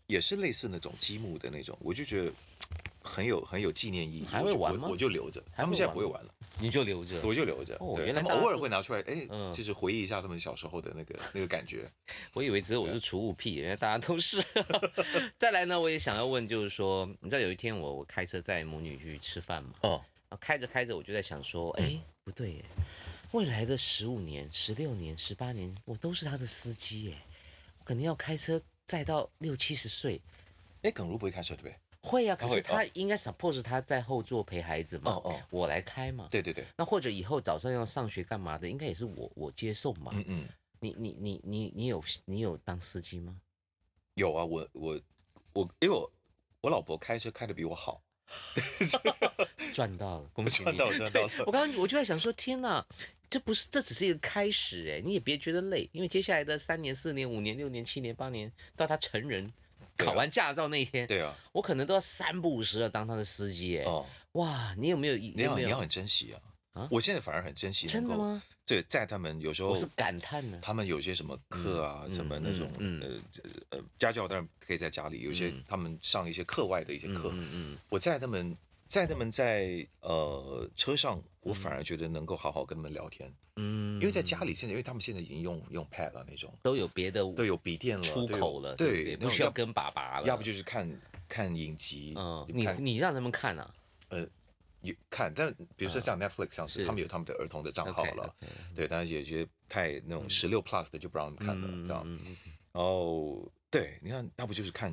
B: 也是类似那种积木的那种，我就觉得很有很有纪念意义。
A: 还
B: 我
A: 会
B: 就
A: 玩
B: 我
A: 吗
B: 我就留着，
A: 还
B: 他们
A: 会
B: 现在
A: 玩
B: 不会
A: 吗
B: 玩了，
A: 你就留着。
B: 我就留着。
A: 哦
B: 对
A: 原来
B: 他们
A: 大家
B: 偶尔
A: 都
B: 会拿出来，哎
A: 嗯，
B: 就是回忆一下他们小时候的那个那个感觉。
A: 我以为只有我是储物癖，原来大家都是。 [laughs] 再来呢，我也想要问，就是说，你知道有一天我我开车载母女去吃饭嘛，
B: 哦，
A: 然后呃开着开着我就在想说，
B: 嗯
A: 哎，不对耶，未来的十五年、十六年、十八年，我都是他的司机耶，我肯定要开车载到六七十岁。
B: 哎，耿如不会开车对不对？
A: 会啊，可
B: 他会
A: 是他
B: 哦
A: 应该 suppose 他在后座陪孩子嘛，
B: 哦哦
A: 我来开嘛。
B: 对对对，
A: 那或者以后早上要上学干嘛的，应该也是我我接送嘛。
B: 嗯嗯，
A: 你你你你你有你有当司机吗？
B: 有啊，我我我，因为我我老婆开车开的比我好。
A: 赚到了，恭喜你！
B: 赚到了赚到了
A: 对
B: [laughs]
A: 我刚刚我就在想说，天哪，这不是这只是一个开始哎，你也别觉得累，因为接下来的三年、四年、五年、六年、七年、八年，到他成人
B: 对啊
A: 考完驾照那一天，
B: 对
A: [laughs]
B: 啊，
A: 我可能都要三不五时要当他的司机哎。
B: 哦，
A: 哇，你有没有一
B: 你
A: 有
B: 要
A: 没
B: 你要
A: 有
B: 很珍惜啊。
A: 啊
B: 我现在反而很珍惜
A: 真
B: 能
A: 的
B: 够
A: 吗？
B: 对，在他们有时候
A: 我是感叹啊呢。
B: 他们有些什么课啊，
A: 嗯
B: 什么
A: 嗯
B: 那种、
A: 嗯
B: 呃呃家教，当然可以在家里，有些、
A: 嗯
B: 他们上一些课外的一些
A: 嗯
B: 课，
A: 嗯嗯，
B: 我在他们在他们在呃车上，我反而觉得能够好好跟他们聊天，
A: 嗯，
B: 因为在家里现在，因为他们现在已经用用 pad 了那种，
A: 都有别的
B: 都有笔电了，
A: 出
B: 都有
A: 口了，
B: 对，
A: 对不对，
B: 那种
A: 不需要
B: 要
A: 跟爸爸了。
B: 要不就是看看影集，
A: 嗯，
B: 你
A: 你
B: 看
A: 你让他们看啊
B: 呃有看，但比如说像 Netflix 上
A: 嗯
B: 是
A: 是
B: 他们有他们的儿童的账号
A: ，OK，
B: 了，
A: OK，
B: 对，但是有些太那种十六 plus 的就不让他们看了，
A: 嗯
B: 这样。
A: 嗯嗯嗯
B: 然后哦对，你看，要不就是看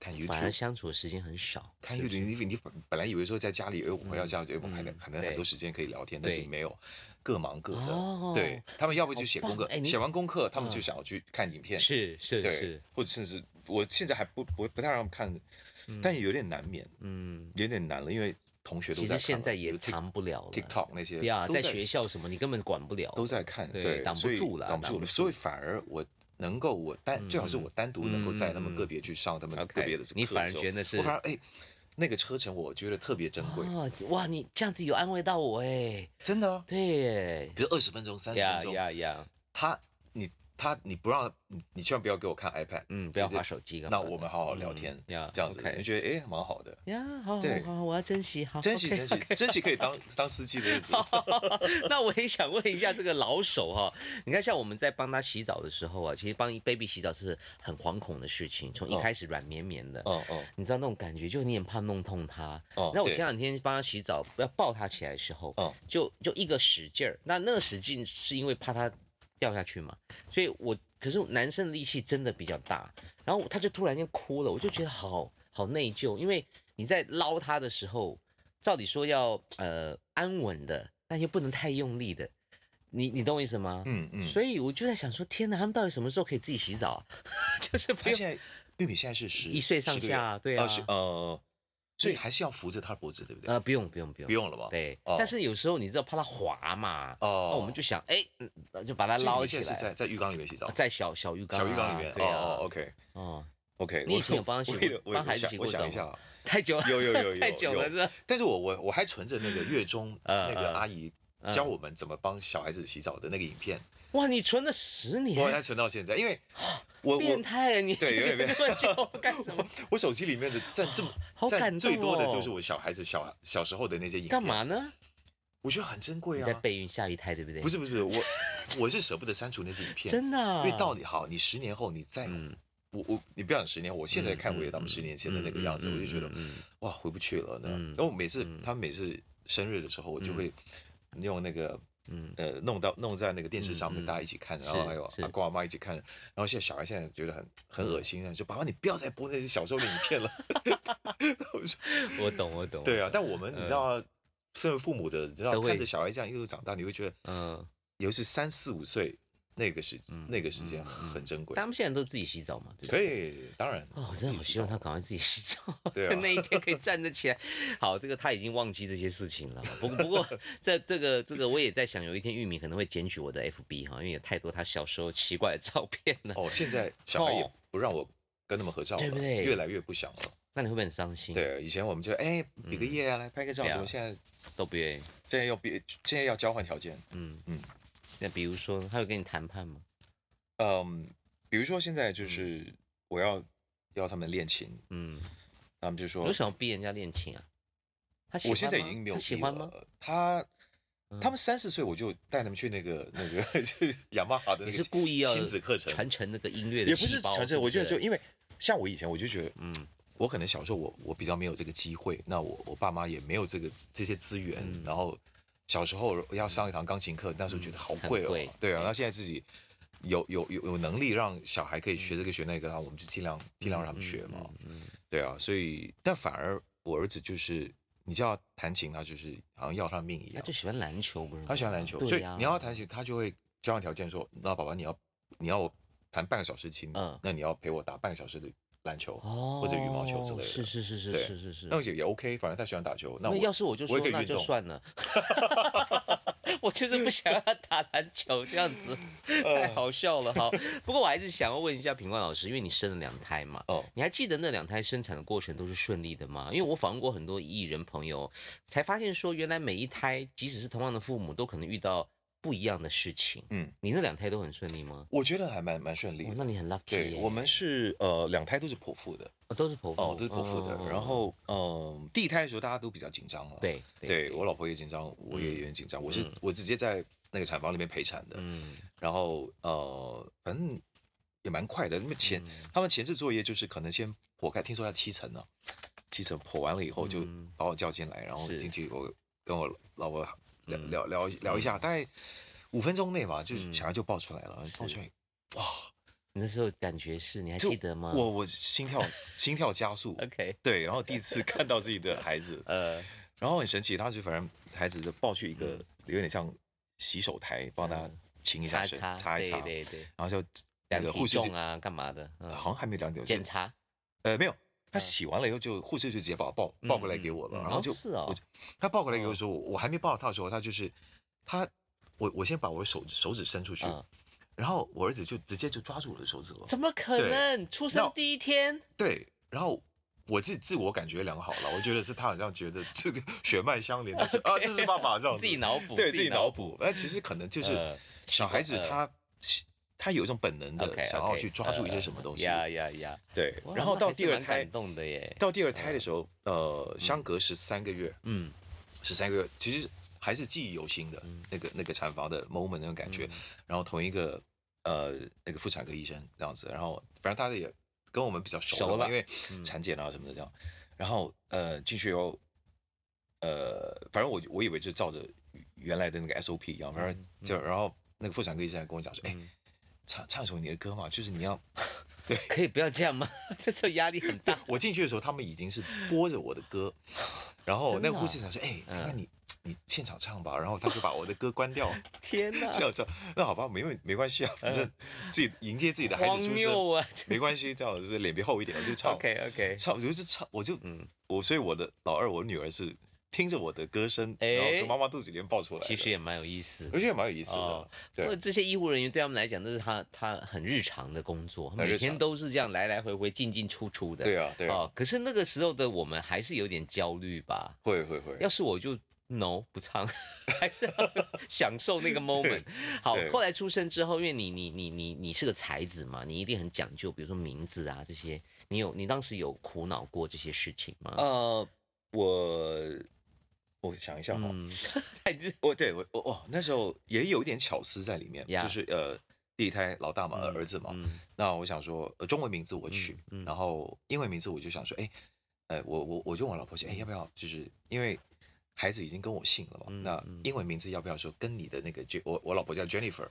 B: 看
A: 反而
B: YouTube，
A: 相处的时间很少，
B: 看
A: 是不
B: YouTube，
A: 是
B: 你你本来以为说在家里，哎，我回到家，哎，我还能
A: 嗯
B: 可能很
A: 对
B: 多时间可以聊天，但是
A: 对
B: 没有，各忙各
A: 哦
B: 的。对他们要不
A: 好
B: 就写功
A: 棒
B: 课
A: 哎，你
B: 写完功课他们就
A: 嗯
B: 想要去看影片，
A: 是是
B: 对
A: 是，，
B: 或者甚至我现在还不不不太让他们看，但也有点难免，
A: 嗯，
B: 有点难了，因为同学都
A: 其
B: 在看
A: 实
B: 了。
A: 现在
B: 比
A: 也
B: 如 Tik-
A: 藏不了了。
B: TikTok 那些，
A: 对啊，
B: 都
A: 在学校什么你根本管不了，
B: 都在看，
A: 对
B: 对，
A: 挡不
B: 所以
A: 住啦
B: 挡不
A: 挡
B: 住
A: 不
B: 了。
A: 住嗯
B: 所以反而我能够我单，最好是我单独能够在他们个别去上他们
A: 嗯嗯
B: 个别的
A: OK，
B: 课
A: 你反而
B: 的时候
A: 觉得是
B: 我反而哎，那个车程我觉得特别珍贵，
A: 啊！哇，你这样子有安慰到我哎，
B: 真的啊。
A: 对耶，
B: 比如二十分钟、三十
A: 呀
B: 分钟，
A: 呀呀，
B: 他你他你不让你你千万不要给我看 iPad，
A: 嗯，不要
B: 直接
A: 划手机干嘛
B: 那
A: 的，
B: 我们好好聊天，
A: 嗯呀
B: 这样子
A: ，OK
B: 你觉得哎蛮好的，
A: 呀，好好
B: 对
A: 好好，我要珍惜，好
B: 珍惜
A: OK，哦
B: 珍惜珍惜可以当当司机的日子，
A: [laughs] 那我也想问一下这个老手哈、你看像我们在帮他洗澡的时候啊，其实帮 baby 洗澡是很惶恐的事情，从一
B: 哦
A: 开始软绵绵的，
B: 嗯嗯
A: 你知道那种感觉，就你很怕弄痛他。
B: 哦
A: 那我
B: 对
A: 前两天帮他洗澡，要抱他起来的时候，
B: 嗯
A: 就就一个使劲儿，那那个使劲是因为怕他掉下去嘛，所以我可是男生的力气真的比较大，然后他就突然间哭了，我就觉得好好内疚，因为你在捞他的时候，照理说要呃安稳的，但又不能太用力的，你你懂我意思吗？
B: 嗯嗯。
A: 所以我就在想说，天哪，他们到底什么时候可以自己洗澡啊？就是不
B: 他
A: 用
B: 现在玉米现在是十
A: 一岁上下对啊
B: 二十呃，所以还是要扶着他脖子，对不对？
A: 呃不用不用不用
B: 不用了吧？
A: 对，
B: 哦
A: 但是有时候你知道怕它滑嘛，
B: 哦
A: 那，我们就想，哎，嗯那就把它
B: 所以
A: 捞
B: 你
A: 起
B: 现在是
A: 来，啊
B: 在在浴缸里面洗澡，
A: 在小小浴缸啊，
B: 小浴缸里面。
A: 对啊
B: 哦哦，OK
A: 哦，
B: OK。
A: 你以前有帮他洗
B: 我
A: 过
B: 我我
A: 帮孩子
B: 我想
A: 洗过
B: 我
A: 澡
B: 想一
A: 吗
B: 下啊，
A: 太 [laughs] 久了，
B: 有有有有
A: 太久了，
B: 有
A: 是吧？
B: 但是我我我还存着那个月中
A: 呃呃
B: 那个阿姨
A: 嗯
B: 教我们怎么帮小孩子洗澡的那个影片，
A: 哇，你存了十
B: 我还
A: 年，
B: 存到现在，
A: [gasps]
B: 因为我我
A: 变态，你
B: 对有
A: 这
B: 点
A: 个
B: 变
A: 那么久干
B: [laughs]
A: 什么？
B: 我手机里面的占这么
A: 好感
B: 占
A: 动
B: 最多的就是
A: 哦
B: 我小孩子小小时候的那些影片，
A: 干嘛？呢？
B: 我觉得很珍贵
A: 你
B: 啊。
A: 在备孕下一胎，对不对？
B: 不，是不是，
A: [laughs]
B: 我我是舍不得删除那些影片，
A: 真的啊，
B: 因为到你好，你十年后你再、
A: 嗯
B: 我我你不要讲十年，我现在看
A: 嗯
B: 回他们
A: 嗯
B: 十年前的那个
A: 嗯
B: 样子，
A: 嗯
B: 我就觉得、
A: 嗯嗯
B: 哇回不去了呢。
A: 嗯
B: 然后我每次、他们每次生日的时候，我就会用那个。
A: 嗯
B: 呃，弄到弄在那个电视上
A: 嗯
B: 面，
A: 嗯
B: 大家一起看，然
A: 是
B: 后还有
A: 是嗯
B: 阿公阿妈一起看，然后现在小孩现在觉得很很恶心啊，就爸爸你不要再播那些小时候的影
A: [laughs]
B: 片了。我说
A: 嗯
B: [laughs]
A: 我懂我懂，
B: 对啊，
A: 我懂，
B: 但我们你知道，身为父母的，你知道
A: 嗯都会
B: 看着小孩这样一路长大，你会觉得
A: 嗯，
B: 尤其是三四五岁那个时、
A: 嗯
B: 那个时间
A: 嗯
B: 很珍贵。
A: 他们现在都自己洗澡嘛，对不
B: 可
A: 对。
B: 以，当然。
A: 哦，我真的好希望他赶快自己洗澡，
B: 对啊
A: [laughs] 那一天可以站得起来。好，这个他已经忘记这些事情了。不过不
B: [laughs]
A: 过，这这个这个我也在想，有一天玉米可能会检举我的 FB 哈，因为有太多他小时候奇怪的照片了。
B: 哦，现在小孩
A: 哦
B: 也不让我跟他们合照了，
A: 对不对嗯
B: 越来越不想了。
A: [laughs] 那你会不会很伤心？，
B: 对，以前我们就哎比个耶啊，来拍个照
A: 对
B: 什
A: 啊
B: 么，现在
A: 都不愿意。
B: 现在要比现在要交换条件。
A: 嗯嗯
B: 嗯。
A: 那比如说呢，他有跟你谈判吗？
B: 嗯，比如说现在就是我要要他们练琴，
A: 嗯，
B: 他们就
A: 你
B: 说
A: 为什么逼人家练琴啊？他喜欢
B: 我现在已
A: 吗
B: 经没有
A: 他喜
B: 逼
A: 欢吗？
B: 了。他
A: 嗯
B: 他们三十岁我就带他们去那个那个 [laughs] 就是雅马哈的
A: 你
B: 那
A: 是
B: 个
A: 故意要
B: 亲子课程，
A: 传承那个音乐的
B: 也不
A: 细
B: 是
A: 胞
B: 传承，我
A: 不
B: 觉得就是因为像我以前我就觉得
A: 嗯
B: 我可能小时候我我比较没有这个机会，那我我爸妈也没有这个这些资源，
A: 嗯
B: 然后小时候要上一堂钢琴课，那时候觉得好贵
A: 很
B: 哦，
A: 贵
B: 对啊，
A: 对
B: 那现在自己有有有有能力让小孩可以学这个学那个，然后我们就尽量尽量让他们学嘛，
A: 嗯
B: 对啊，所以但反而我儿子就是你叫他弹琴，他就是好像要他命一
A: 他
B: 样
A: 就，喜欢篮球，不是吗？
B: 他喜欢篮球，
A: 对
B: 所以
A: 呀
B: 你要他弹琴，他就会交换条件说，那爸爸你要你要我弹半个小时琴，
A: 嗯
B: 那你要陪我打半个小时的篮球，
A: 哦，
B: 或者羽毛球之类的
A: 是是是是
B: 对
A: 是是是。
B: 那也也 OK，反正他喜欢打球，那
A: 那
B: 我 [laughs]
A: 要是我就说
B: 也可以
A: 那
B: 运
A: 就
B: 动
A: 算了， [laughs] 我就是不想要打篮球这样
B: [laughs]
A: 子，
B: 呃
A: 太好笑了哈。不过我还是想要问一下品冠老师，因为你生了两胎嘛，
B: 哦，
A: 你还记得那两胎生产的过程都是顺利的吗？因为我访问过很多艺人朋友，才发现说原来每一胎，即使是同样的父母，都可能遇到不一样的事情。
B: 嗯，
A: 你那两胎都很顺利吗？
B: 我觉得还蛮蛮顺利
A: 哦
B: 的。
A: 那你很 lucky
B: 对
A: 耶
B: 我们是呃两胎都是剖腹的，
A: 哦都是剖腹，
B: 哦都是剖腹的。
A: 哦
B: 然后嗯，第一胎的时候大家都比较紧张了，，
A: 对
B: 对我老婆也紧张，我也有点紧张。我是我直接在那个产房里面陪产的，
A: 嗯
B: 然后呃，反正也蛮快的。那么前
A: 嗯
B: 他们前置作业就是可能先剖开，听说要七层呢，七层剖完了以后就
A: 嗯
B: 把我叫进来，然后
A: 是
B: 进去我跟我老婆聊
A: 嗯
B: 聊聊聊一下，大概五分钟内吧，就是
A: 嗯
B: 小孩就抱出来了，抱
A: 是
B: 出来
A: 你那时候感觉是，你还
B: 就
A: 记得吗？
B: [laughs] 我我心跳心跳加速，
A: OK，
B: [laughs] 对，然后第一次看到自己的孩子，
A: 呃，
B: 然后很神奇，他就反正孩子就抱去一个
A: 嗯
B: 有点像洗手台，帮他
A: 嗯
B: 清一下
A: 擦
B: 身，
A: 擦
B: 擦一擦，
A: 对对对，
B: 然后就那
A: 量
B: 个
A: 体
B: 护士就
A: 重啊，干嘛的？嗯
B: 好像还没量体重
A: 检查
B: 呃，没有，
A: 嗯
B: 他洗完了以后就护士就直接把我抱抱过来给我
A: 嗯
B: 了，
A: 嗯嗯
B: 然后
A: 哦嗯
B: 就是
A: 哦
B: 我就他抱过来给我的时候，我我还没抱到他的时候，他就是他我我先把我手指手指伸出去，
A: 嗯
B: 然后我儿子就直接就抓住我的手指了，
A: 怎么可
B: 对
A: 能？出生
B: 那
A: 第一天，
B: 对，然后。我自自我感觉良好了，我觉得是他好像
A: [laughs]
B: 觉得这个血脉相连，他觉得啊，这是爸爸这样子，
A: 自己脑补，
B: 对自己脑
A: 补，
B: 补。那其实可能就是
A: 呃
B: 小孩子
A: 习惯
B: 他他有一种本能的
A: OK，嗯呃
B: 想要去抓住一些什么东西，
A: 呀呀呀！
B: 对。
A: 哇
B: 然后
A: 那
B: 到
A: 还是
B: 第二
A: 蛮
B: 胎
A: 感，动的耶，
B: [laughs] 到第二胎的时候，呃，相隔十三个月，
A: 嗯，
B: 十三个月，其实还是记忆犹新的
A: 嗯
B: 那个那个产房的 moment 那种感觉
A: 嗯。
B: 然后同一个呃那个妇产科医生这样子，然后反正大家也跟我们比较熟
A: 熟
B: 嘛
A: 了
B: 因为
A: 嗯
B: 产检啊什么的这样。然后呃进去以后，呃，反正我我以为就照着原来的那个 SOP 一样，反正
A: 嗯
B: 就然后那个妇产科医生还跟我讲说，哎，唱唱首你的歌嘛，就是你要。
A: 可以不要这样吗？ [laughs] 这时候压力很
B: [laughs]
A: 大，
B: 我进去的时候，他们已经是播着我的
A: [laughs]
B: 歌，然后
A: 真的啊
B: 那个护士长说：“哎，
A: 嗯
B: 那你你现场唱吧。”然后他就把我的歌关
A: [laughs]
B: 掉，
A: 天哪，
B: 这样说：“那好吧，没问没关系啊，反正自己迎接自己的孩
A: 嗯荒
B: 子出生，
A: 谬啊
B: 没关系，这样子脸皮厚一点，我
A: [laughs]
B: 就唱。
A: ！OK OK，
B: 唱我就唱，我就
A: 嗯
B: 我所以我的老二，我女儿是听着我的歌声，
A: 哎
B: 然后从妈妈肚子里面抱出来的，
A: 其实也蛮有意思的
B: 我。觉得蛮有意思
A: 哦
B: 的，，
A: 不过
B: 对
A: 这些医护人员对他们来讲，都是他他很日常的工作，
B: 很日
A: 每天
B: 常
A: 都是这样来来回回进进出出的。
B: 对啊对啊，
A: 哦，可是那个时候的我们还是有点焦虑吧？
B: 会会会，
A: 要是我就 no 不唱， [laughs] 还是要享受
B: [laughs]
A: 那个 moment。好，
B: 对
A: 后来出生之后，因为你你你你你是个才子嘛，你一定很讲究，比如说名字啊这些，你有你当时有苦恼过这些事情吗？
B: 呃，我我想一下哈，
A: 嗯，太日
B: 我对我我哦，那时候也有一点巧思在里面
A: 呀
B: 就是呃，第一胎老大嘛，
A: 嗯
B: 儿子嘛，
A: 嗯
B: 那我想说，呃，中文名字我取，
A: 嗯嗯
B: 然后英文名字我就想说，哎，呃，我我我就问我老婆说，
A: 嗯
B: 哎，要不要就是因为孩子已经跟我姓了嘛，
A: 嗯
B: 那
A: 嗯
B: 英文名字要不要说跟你的那个 J，我我老婆叫 Jennifer，、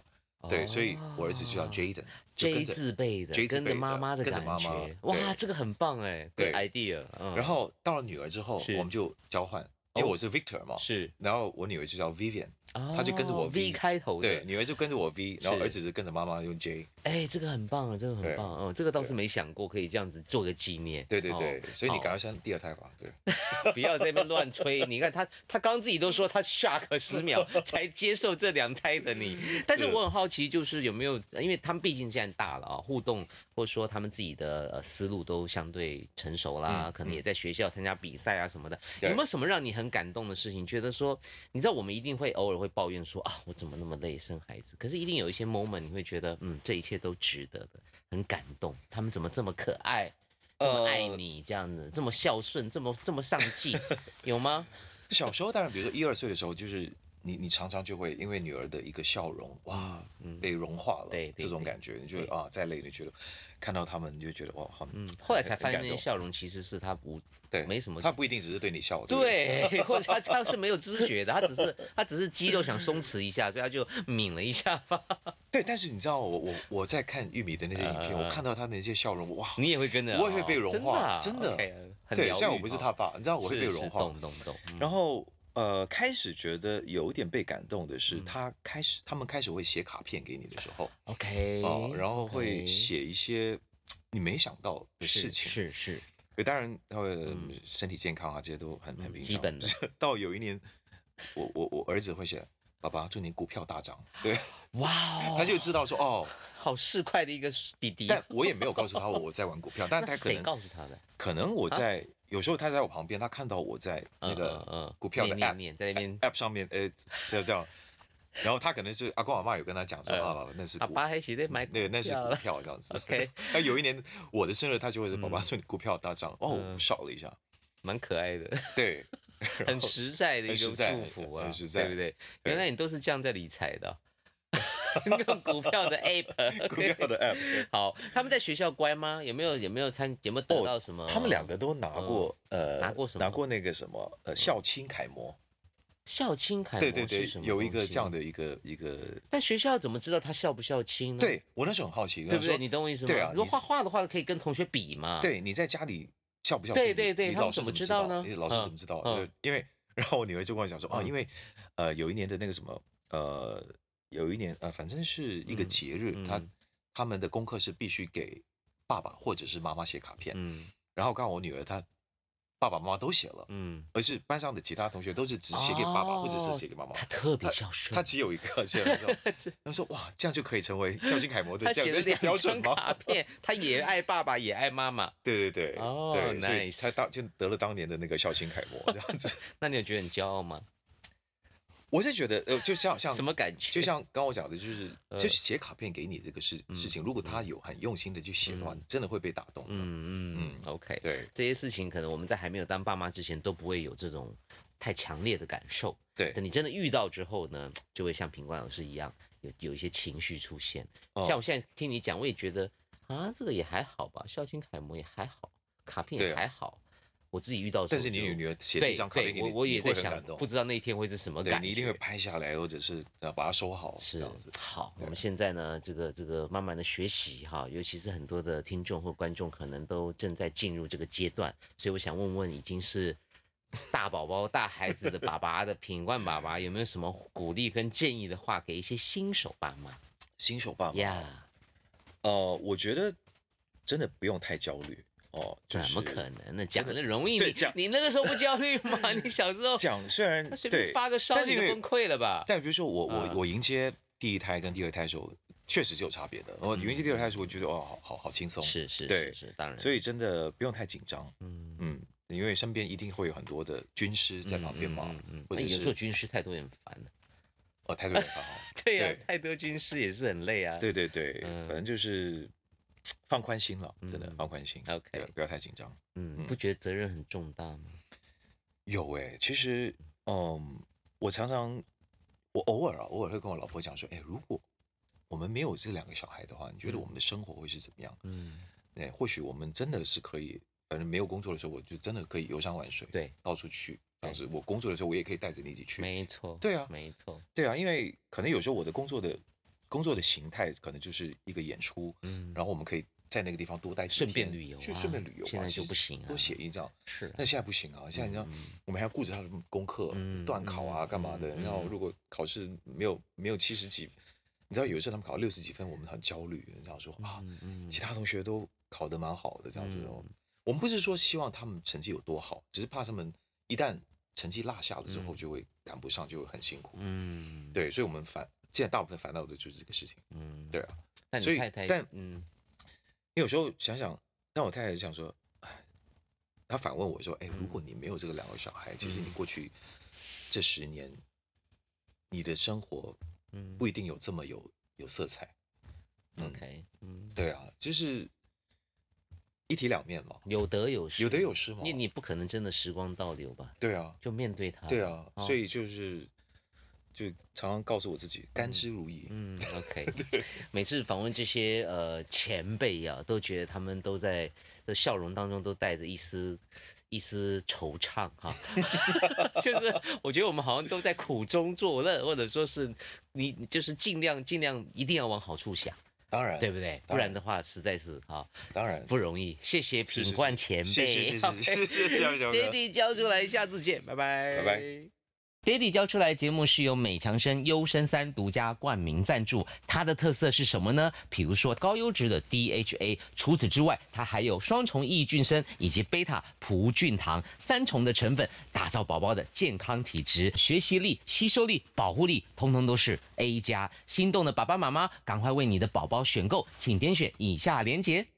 B: 对，所以我儿子就叫
A: 哦
B: Jaden，就
A: J
B: 跟着
A: 字辈的，
B: J 字
A: 跟着
B: 辈
A: 妈
B: 的
A: 妈的
B: 跟着
A: 感
B: 妈妈
A: 觉，哇，
B: 对
A: 这个很棒哎，good
B: 对
A: idea 嗯。
B: 然后到了女儿之后，
A: 是哦
B: 我们就交换，因为我是 Victor 嘛，
A: 是，
B: 然后我女儿就叫 Vivian，她就跟着
A: 哦
B: 我
A: V 开头
B: 对，
A: 的，
B: 女儿就跟着我 V，然后
A: 是
B: 儿子就跟着妈妈用 J。
A: 哎，这个很棒啊，这个很
B: 对
A: 棒，嗯，这个倒是
B: 对
A: 没想过可以这样子做个纪念。
B: 对对
A: 哦
B: 对，所以你
A: 好
B: 赶快生第二胎吧。对，
A: [laughs] 不要在那边乱吹。你看他，他刚自己都说他 shock 十
B: [laughs]
A: 秒才接受这两胎的你，但是
B: 是
A: 我很好奇，就是有没有，因为他们毕竟现在大了啊，互动或者说他们自己的呃思路都相对成熟啦，
B: 嗯
A: 可能也在学校参加比赛啊什么的，
B: 对
A: 有没有什么让你很感动的事情？觉得说，你知道我们一定会偶尔会抱怨说啊，我怎么那么累生孩子？可是一定有一些 moment 你会觉得，嗯，这一切都值得的，很感动，他们怎么这么可爱？这么爱
B: 呃
A: 你这样子，这么孝顺，这么这么上进，
B: [laughs]
A: 有吗？
B: 小时候当然，比如说一二岁的时候，就是你你常常就会因为女儿的一个笑容，哇，被融化了，
A: 嗯对对
B: 这种感觉，你就啊再累，你觉得看到他们你就觉得哇，好，
A: 嗯，后来才发现那
B: 很
A: 些
B: 感动
A: 笑容其实是他无
B: 对，
A: 没什么
B: 他不一定只是对你笑，不，
A: [laughs] 对， [laughs] 或者他他是没有知觉的，他只是他只是肌肉想松弛一下，所以他就抿了一
B: [laughs]
A: 下吧。
B: 对。但是你知道，我我我在看玉米的那些影片，
A: 呃
B: 我看到他那些笑容，哇，
A: 你也会跟着，
B: 我也会被融化
A: 真
B: 真
A: 的
B: 的
A: 啊，OK，很
B: 对，
A: 疗
B: 虽然
A: 愈
B: 我不是
A: 哦
B: 他爸，你知道我会被
A: 是是
B: 融化，
A: 懂懂懂。嗯
B: 然后呃，开始觉得有一点被感动的
A: 嗯
B: 是，他开始他们开始会写卡片给你的时候，
A: OK，
B: 哦，然后
A: OK
B: 会写一些你没想到的事情。
A: 是是
B: 对，当然呃，身体健康啊，这些都很很
A: 嗯
B: [laughs] 平常。
A: 基本的。
B: 到有一年，我我我儿子会写爸爸，祝您股票大涨。”对，
A: 哇哦，
B: 他就知道说：“哦。” [laughs]
A: 好市侩的一个弟弟。
B: 但我也没有告诉他我在玩股票，
A: [laughs]
B: 但
A: 那
B: 他
A: 是
B: 可
A: 谁
B: 能
A: 告诉他的？
B: 可能我在有时候他在我旁边，他看到我在那
A: 嗯嗯
B: 个
A: 嗯
B: 股票的
A: 念
B: app
A: 念念在那
B: [laughs]
A: 边
B: app 上面，呃，这这样，然后他可能是阿公阿妈有跟他讲说
A: 嗯
B: 啊，那是
A: 阿
B: 股
A: 爸还起在买
B: 对，那是
A: 票
B: 股
A: 了
B: 票这样子。 [laughs]
A: OK 嗯
B: 那有一年我的生日，他就会是爸爸说你股票大涨，哦，我少了一下，
A: 蛮可爱的，
B: 对，
A: 很实在的一
B: 很
A: 个
B: 实在
A: 祝福啊，
B: 很实在
A: 对不对？
B: 对
A: 原来你都是这样在理财的啊， [laughs] 用股票的 app，[laughs]
B: [laughs] 股票的 app。
A: 好，他们在学校乖吗？有没有有没有参有没有得
B: 哦
A: 到什么？
B: 他们两个都拿过，呃，
A: 嗯拿过什么
B: 拿过那个什么，呃，校青楷模，
A: 校青楷
B: 对
A: 模
B: 对
A: 是
B: 对
A: 什，么？
B: 有一个这样。的一个一个，
A: 但学校怎么知道他校不校青呢？
B: 对我那时候很好奇，
A: 对不
B: 我说
A: 对？你懂我意思吗？
B: 对啊
A: 如果
B: 你
A: 画画的话，可以跟同学比嘛。，
B: 对，你在家里笑不笑？
A: 啊对
B: 你
A: 对对
B: 你
A: 他们
B: 老师
A: 怎么知
B: 知
A: 道
B: 道
A: 呢
B: 你老师
A: 嗯
B: 怎么知道？
A: 嗯
B: 对，因为然后我女儿就跟
A: [laughs]
B: 我讲说，啊，
A: 嗯
B: 因为呃有一年的那个什么呃有一年呃反正是一个
A: 嗯
B: 节日，他
A: 嗯
B: 他们的功课是必须给爸爸或者是妈妈写卡片，
A: 嗯
B: 然后刚好我女儿她爸爸妈妈都写了，
A: 嗯，
B: 而是班上的其他同学都是只写给爸爸或者
A: 哦
B: 是写给妈妈。
A: 他特别孝顺。
B: 他只有一 [laughs] 个写了之
A: [laughs]
B: 后他说哇，这样就可以成为孝敬楷模的
A: 他
B: 这
A: 写
B: 样
A: 了
B: 的一个标
A: 两
B: 准
A: 张
B: 吗？ [laughs]
A: 卡片，他也爱爸爸，也爱妈妈。
B: 对对对，
A: 哦
B: 对，所以
A: nice
B: 他当就得了当年的那个孝亲楷模这样子。 [laughs]
A: 那你有觉得很骄傲吗？
B: 我是觉得，呃，就像像
A: 什么感觉？
B: 就像刚我讲的，就是
A: 呃嗯
B: 就是写卡片给你这个事事情，如果他有很用心的去写的话，你真的会被打动。
A: 嗯嗯
B: 嗯，嗯
A: ，OK。
B: 对
A: 这些事情可能我们在还没有当爸妈之前都不会有这种太强烈的感受，
B: 对
A: 等你真的遇到之后呢，就会像品冠老师一样，有有一些情绪出现。
B: 哦
A: 像我现在听你讲，我也觉得啊，这个也还好吧，孝亲楷模也还好，卡片
B: 对
A: 也
B: 啊
A: 还好。我自己遇到的时候
B: 但
A: 就是
B: 你女儿写了一
A: 对
B: 张卡片给
A: 对，我
B: 你，
A: 我也
B: 你会
A: 在
B: 很
A: 想
B: 感，动
A: 不。知道那一天会是什么
B: 对
A: 感觉。
B: 你一定会拍下来，或者是呃把它收好，这
A: 是
B: 样子。
A: 好，我
B: 对
A: 们现在呢，这个这个慢慢的学习哈，尤其是很多的听众或观众可能都正在进入这个阶段，所以我想问问，已经是大宝宝、大孩子的爸爸的品冠爸爸，有没有什么鼓励跟建议的话给一些新手爸妈
B: 新手爸妈，
A: 呀
B: 呃，我觉得真的不用太焦虑哦。就
A: 怎么
B: 是
A: 可能呢？讲的容易，
B: 对
A: 你
B: 讲
A: 你那个时候不焦虑
B: [laughs]
A: 吗？你小时候
B: 讲？虽然
A: 他随
B: 对
A: 便发个烧
B: 但是
A: 你
B: 因
A: 就
B: 为
A: 崩溃了吧？
B: 但比如说我
A: 嗯
B: 我我迎接第一胎跟第二胎的时候，确实是有差别的。我迎接第二胎的时候，我觉得哦，好好好轻松，
A: 是是是
B: 对
A: 是，当然，
B: 所以真的不用太紧张，
A: 嗯。
B: 嗯，因为身边一定会有很多的军师在旁边嘛，
A: 嗯嗯嗯嗯
B: 或
A: 那
B: 者
A: 有时候
B: 是
A: 军师太多也很烦的。
B: 哦，太对了，好好 [laughs]
A: [laughs] 对呀、
B: 对
A: 太多军师也是很累啊。
B: 对对对，
A: 嗯
B: 反正就是嘖放宽心了，真的
A: 嗯
B: 放宽心
A: OK
B: 对不要太紧张。
A: 嗯，
B: 嗯
A: 不觉得责任很重大吗？
B: 有哎、其实嗯，我常常我偶尔啊，偶尔会跟我老婆讲说，哎、如果我们没有这两个小孩的话，你觉得我们的生活会是怎么样？
A: 嗯，
B: 哎、或许我们真的是可以，反正没有工作的时候，我就真的可以游山玩水，，
A: 对，
B: 到处去。
A: 对
B: 当时我工作的时候，我也可以带着你一起去。
A: 没错，
B: 对啊
A: 没错，
B: 对啊，因为可能有时候我的工作的工作的形态可能就是一个演出，
A: 嗯，
B: 然后我们可以在那个地方多待几
A: 顺便
B: 天
A: 旅游
B: 去
A: 啊
B: 顺便旅游、啊。
A: 现在
B: 其
A: 就
B: 实
A: 不行啊
B: 多写一张。
A: 是啊
B: 那现在不行啊，现在你知道
A: 嗯
B: 我们还要顾着他的功课、
A: 嗯
B: 断考啊、
A: 嗯
B: 干嘛的。
A: 嗯
B: 然后如果考试没有没有七十几，你知道有一次他们考六十几分，我们很焦虑，你知道说啊，
A: 嗯嗯
B: 其他同学都考得蛮好的这样子哦。
A: 嗯
B: 我们不是说希望他们成绩有多好，只是怕他们一旦成绩落下了之后，
A: 嗯
B: 就会赶不上，就会很辛苦。
A: 嗯，
B: 对，所以我们烦，现在大部分烦恼的就是这个事情。
A: 嗯，
B: 对啊，
A: 但
B: 所
A: 你
B: 以
A: 太太，
B: 但
A: 嗯
B: 因为有时候想想，但我太太就想说，哎，她反问我说，哎，如果你没有这个两个小孩，其实你
A: 嗯
B: 过去这十年，你的生活
A: 嗯
B: 不一定有这么有有色彩。嗯
A: ，OK，嗯，
B: 对啊，就是一体两面嘛，
A: 有得有失，
B: 有得有失嘛
A: 你。你不可能真的时光倒流吧？
B: 对啊，
A: 就面对他，
B: 对啊，
A: 哦
B: 所以就是就常常告诉我自己，甘之如饴。
A: 嗯，OK，每 [laughs] 次访问这些呃前辈呀、都觉得他们都在的笑容当中都带着一丝一丝惆怅哈、 [laughs] 就是我觉得我们好像都在苦中作乐，或者说是你就是尽量尽量一定要往好处想，
B: 当然，
A: 对不对？不
B: 当然
A: 然的话实在是哈、
B: 当然，
A: 不容易。谢谢
B: 是
A: 品冠前辈
B: 谢谢谢谢谢谢谢谢，小哥。
A: ，Daddy 交出来，下次见，拜拜，
B: 拜拜。
A: Daddy 教出来节目是由美强生优生三独家冠名赞助，它的特色是什么呢？比如说高优质的 DHA，除此之外，它还有双重益菌生以及贝塔葡菌糖三重的成分，打造宝宝的健康体质、学习力、吸收力、保护力，通通都是 A 加。心动的爸爸妈妈，赶快为你的宝宝选购，请点选以下链接。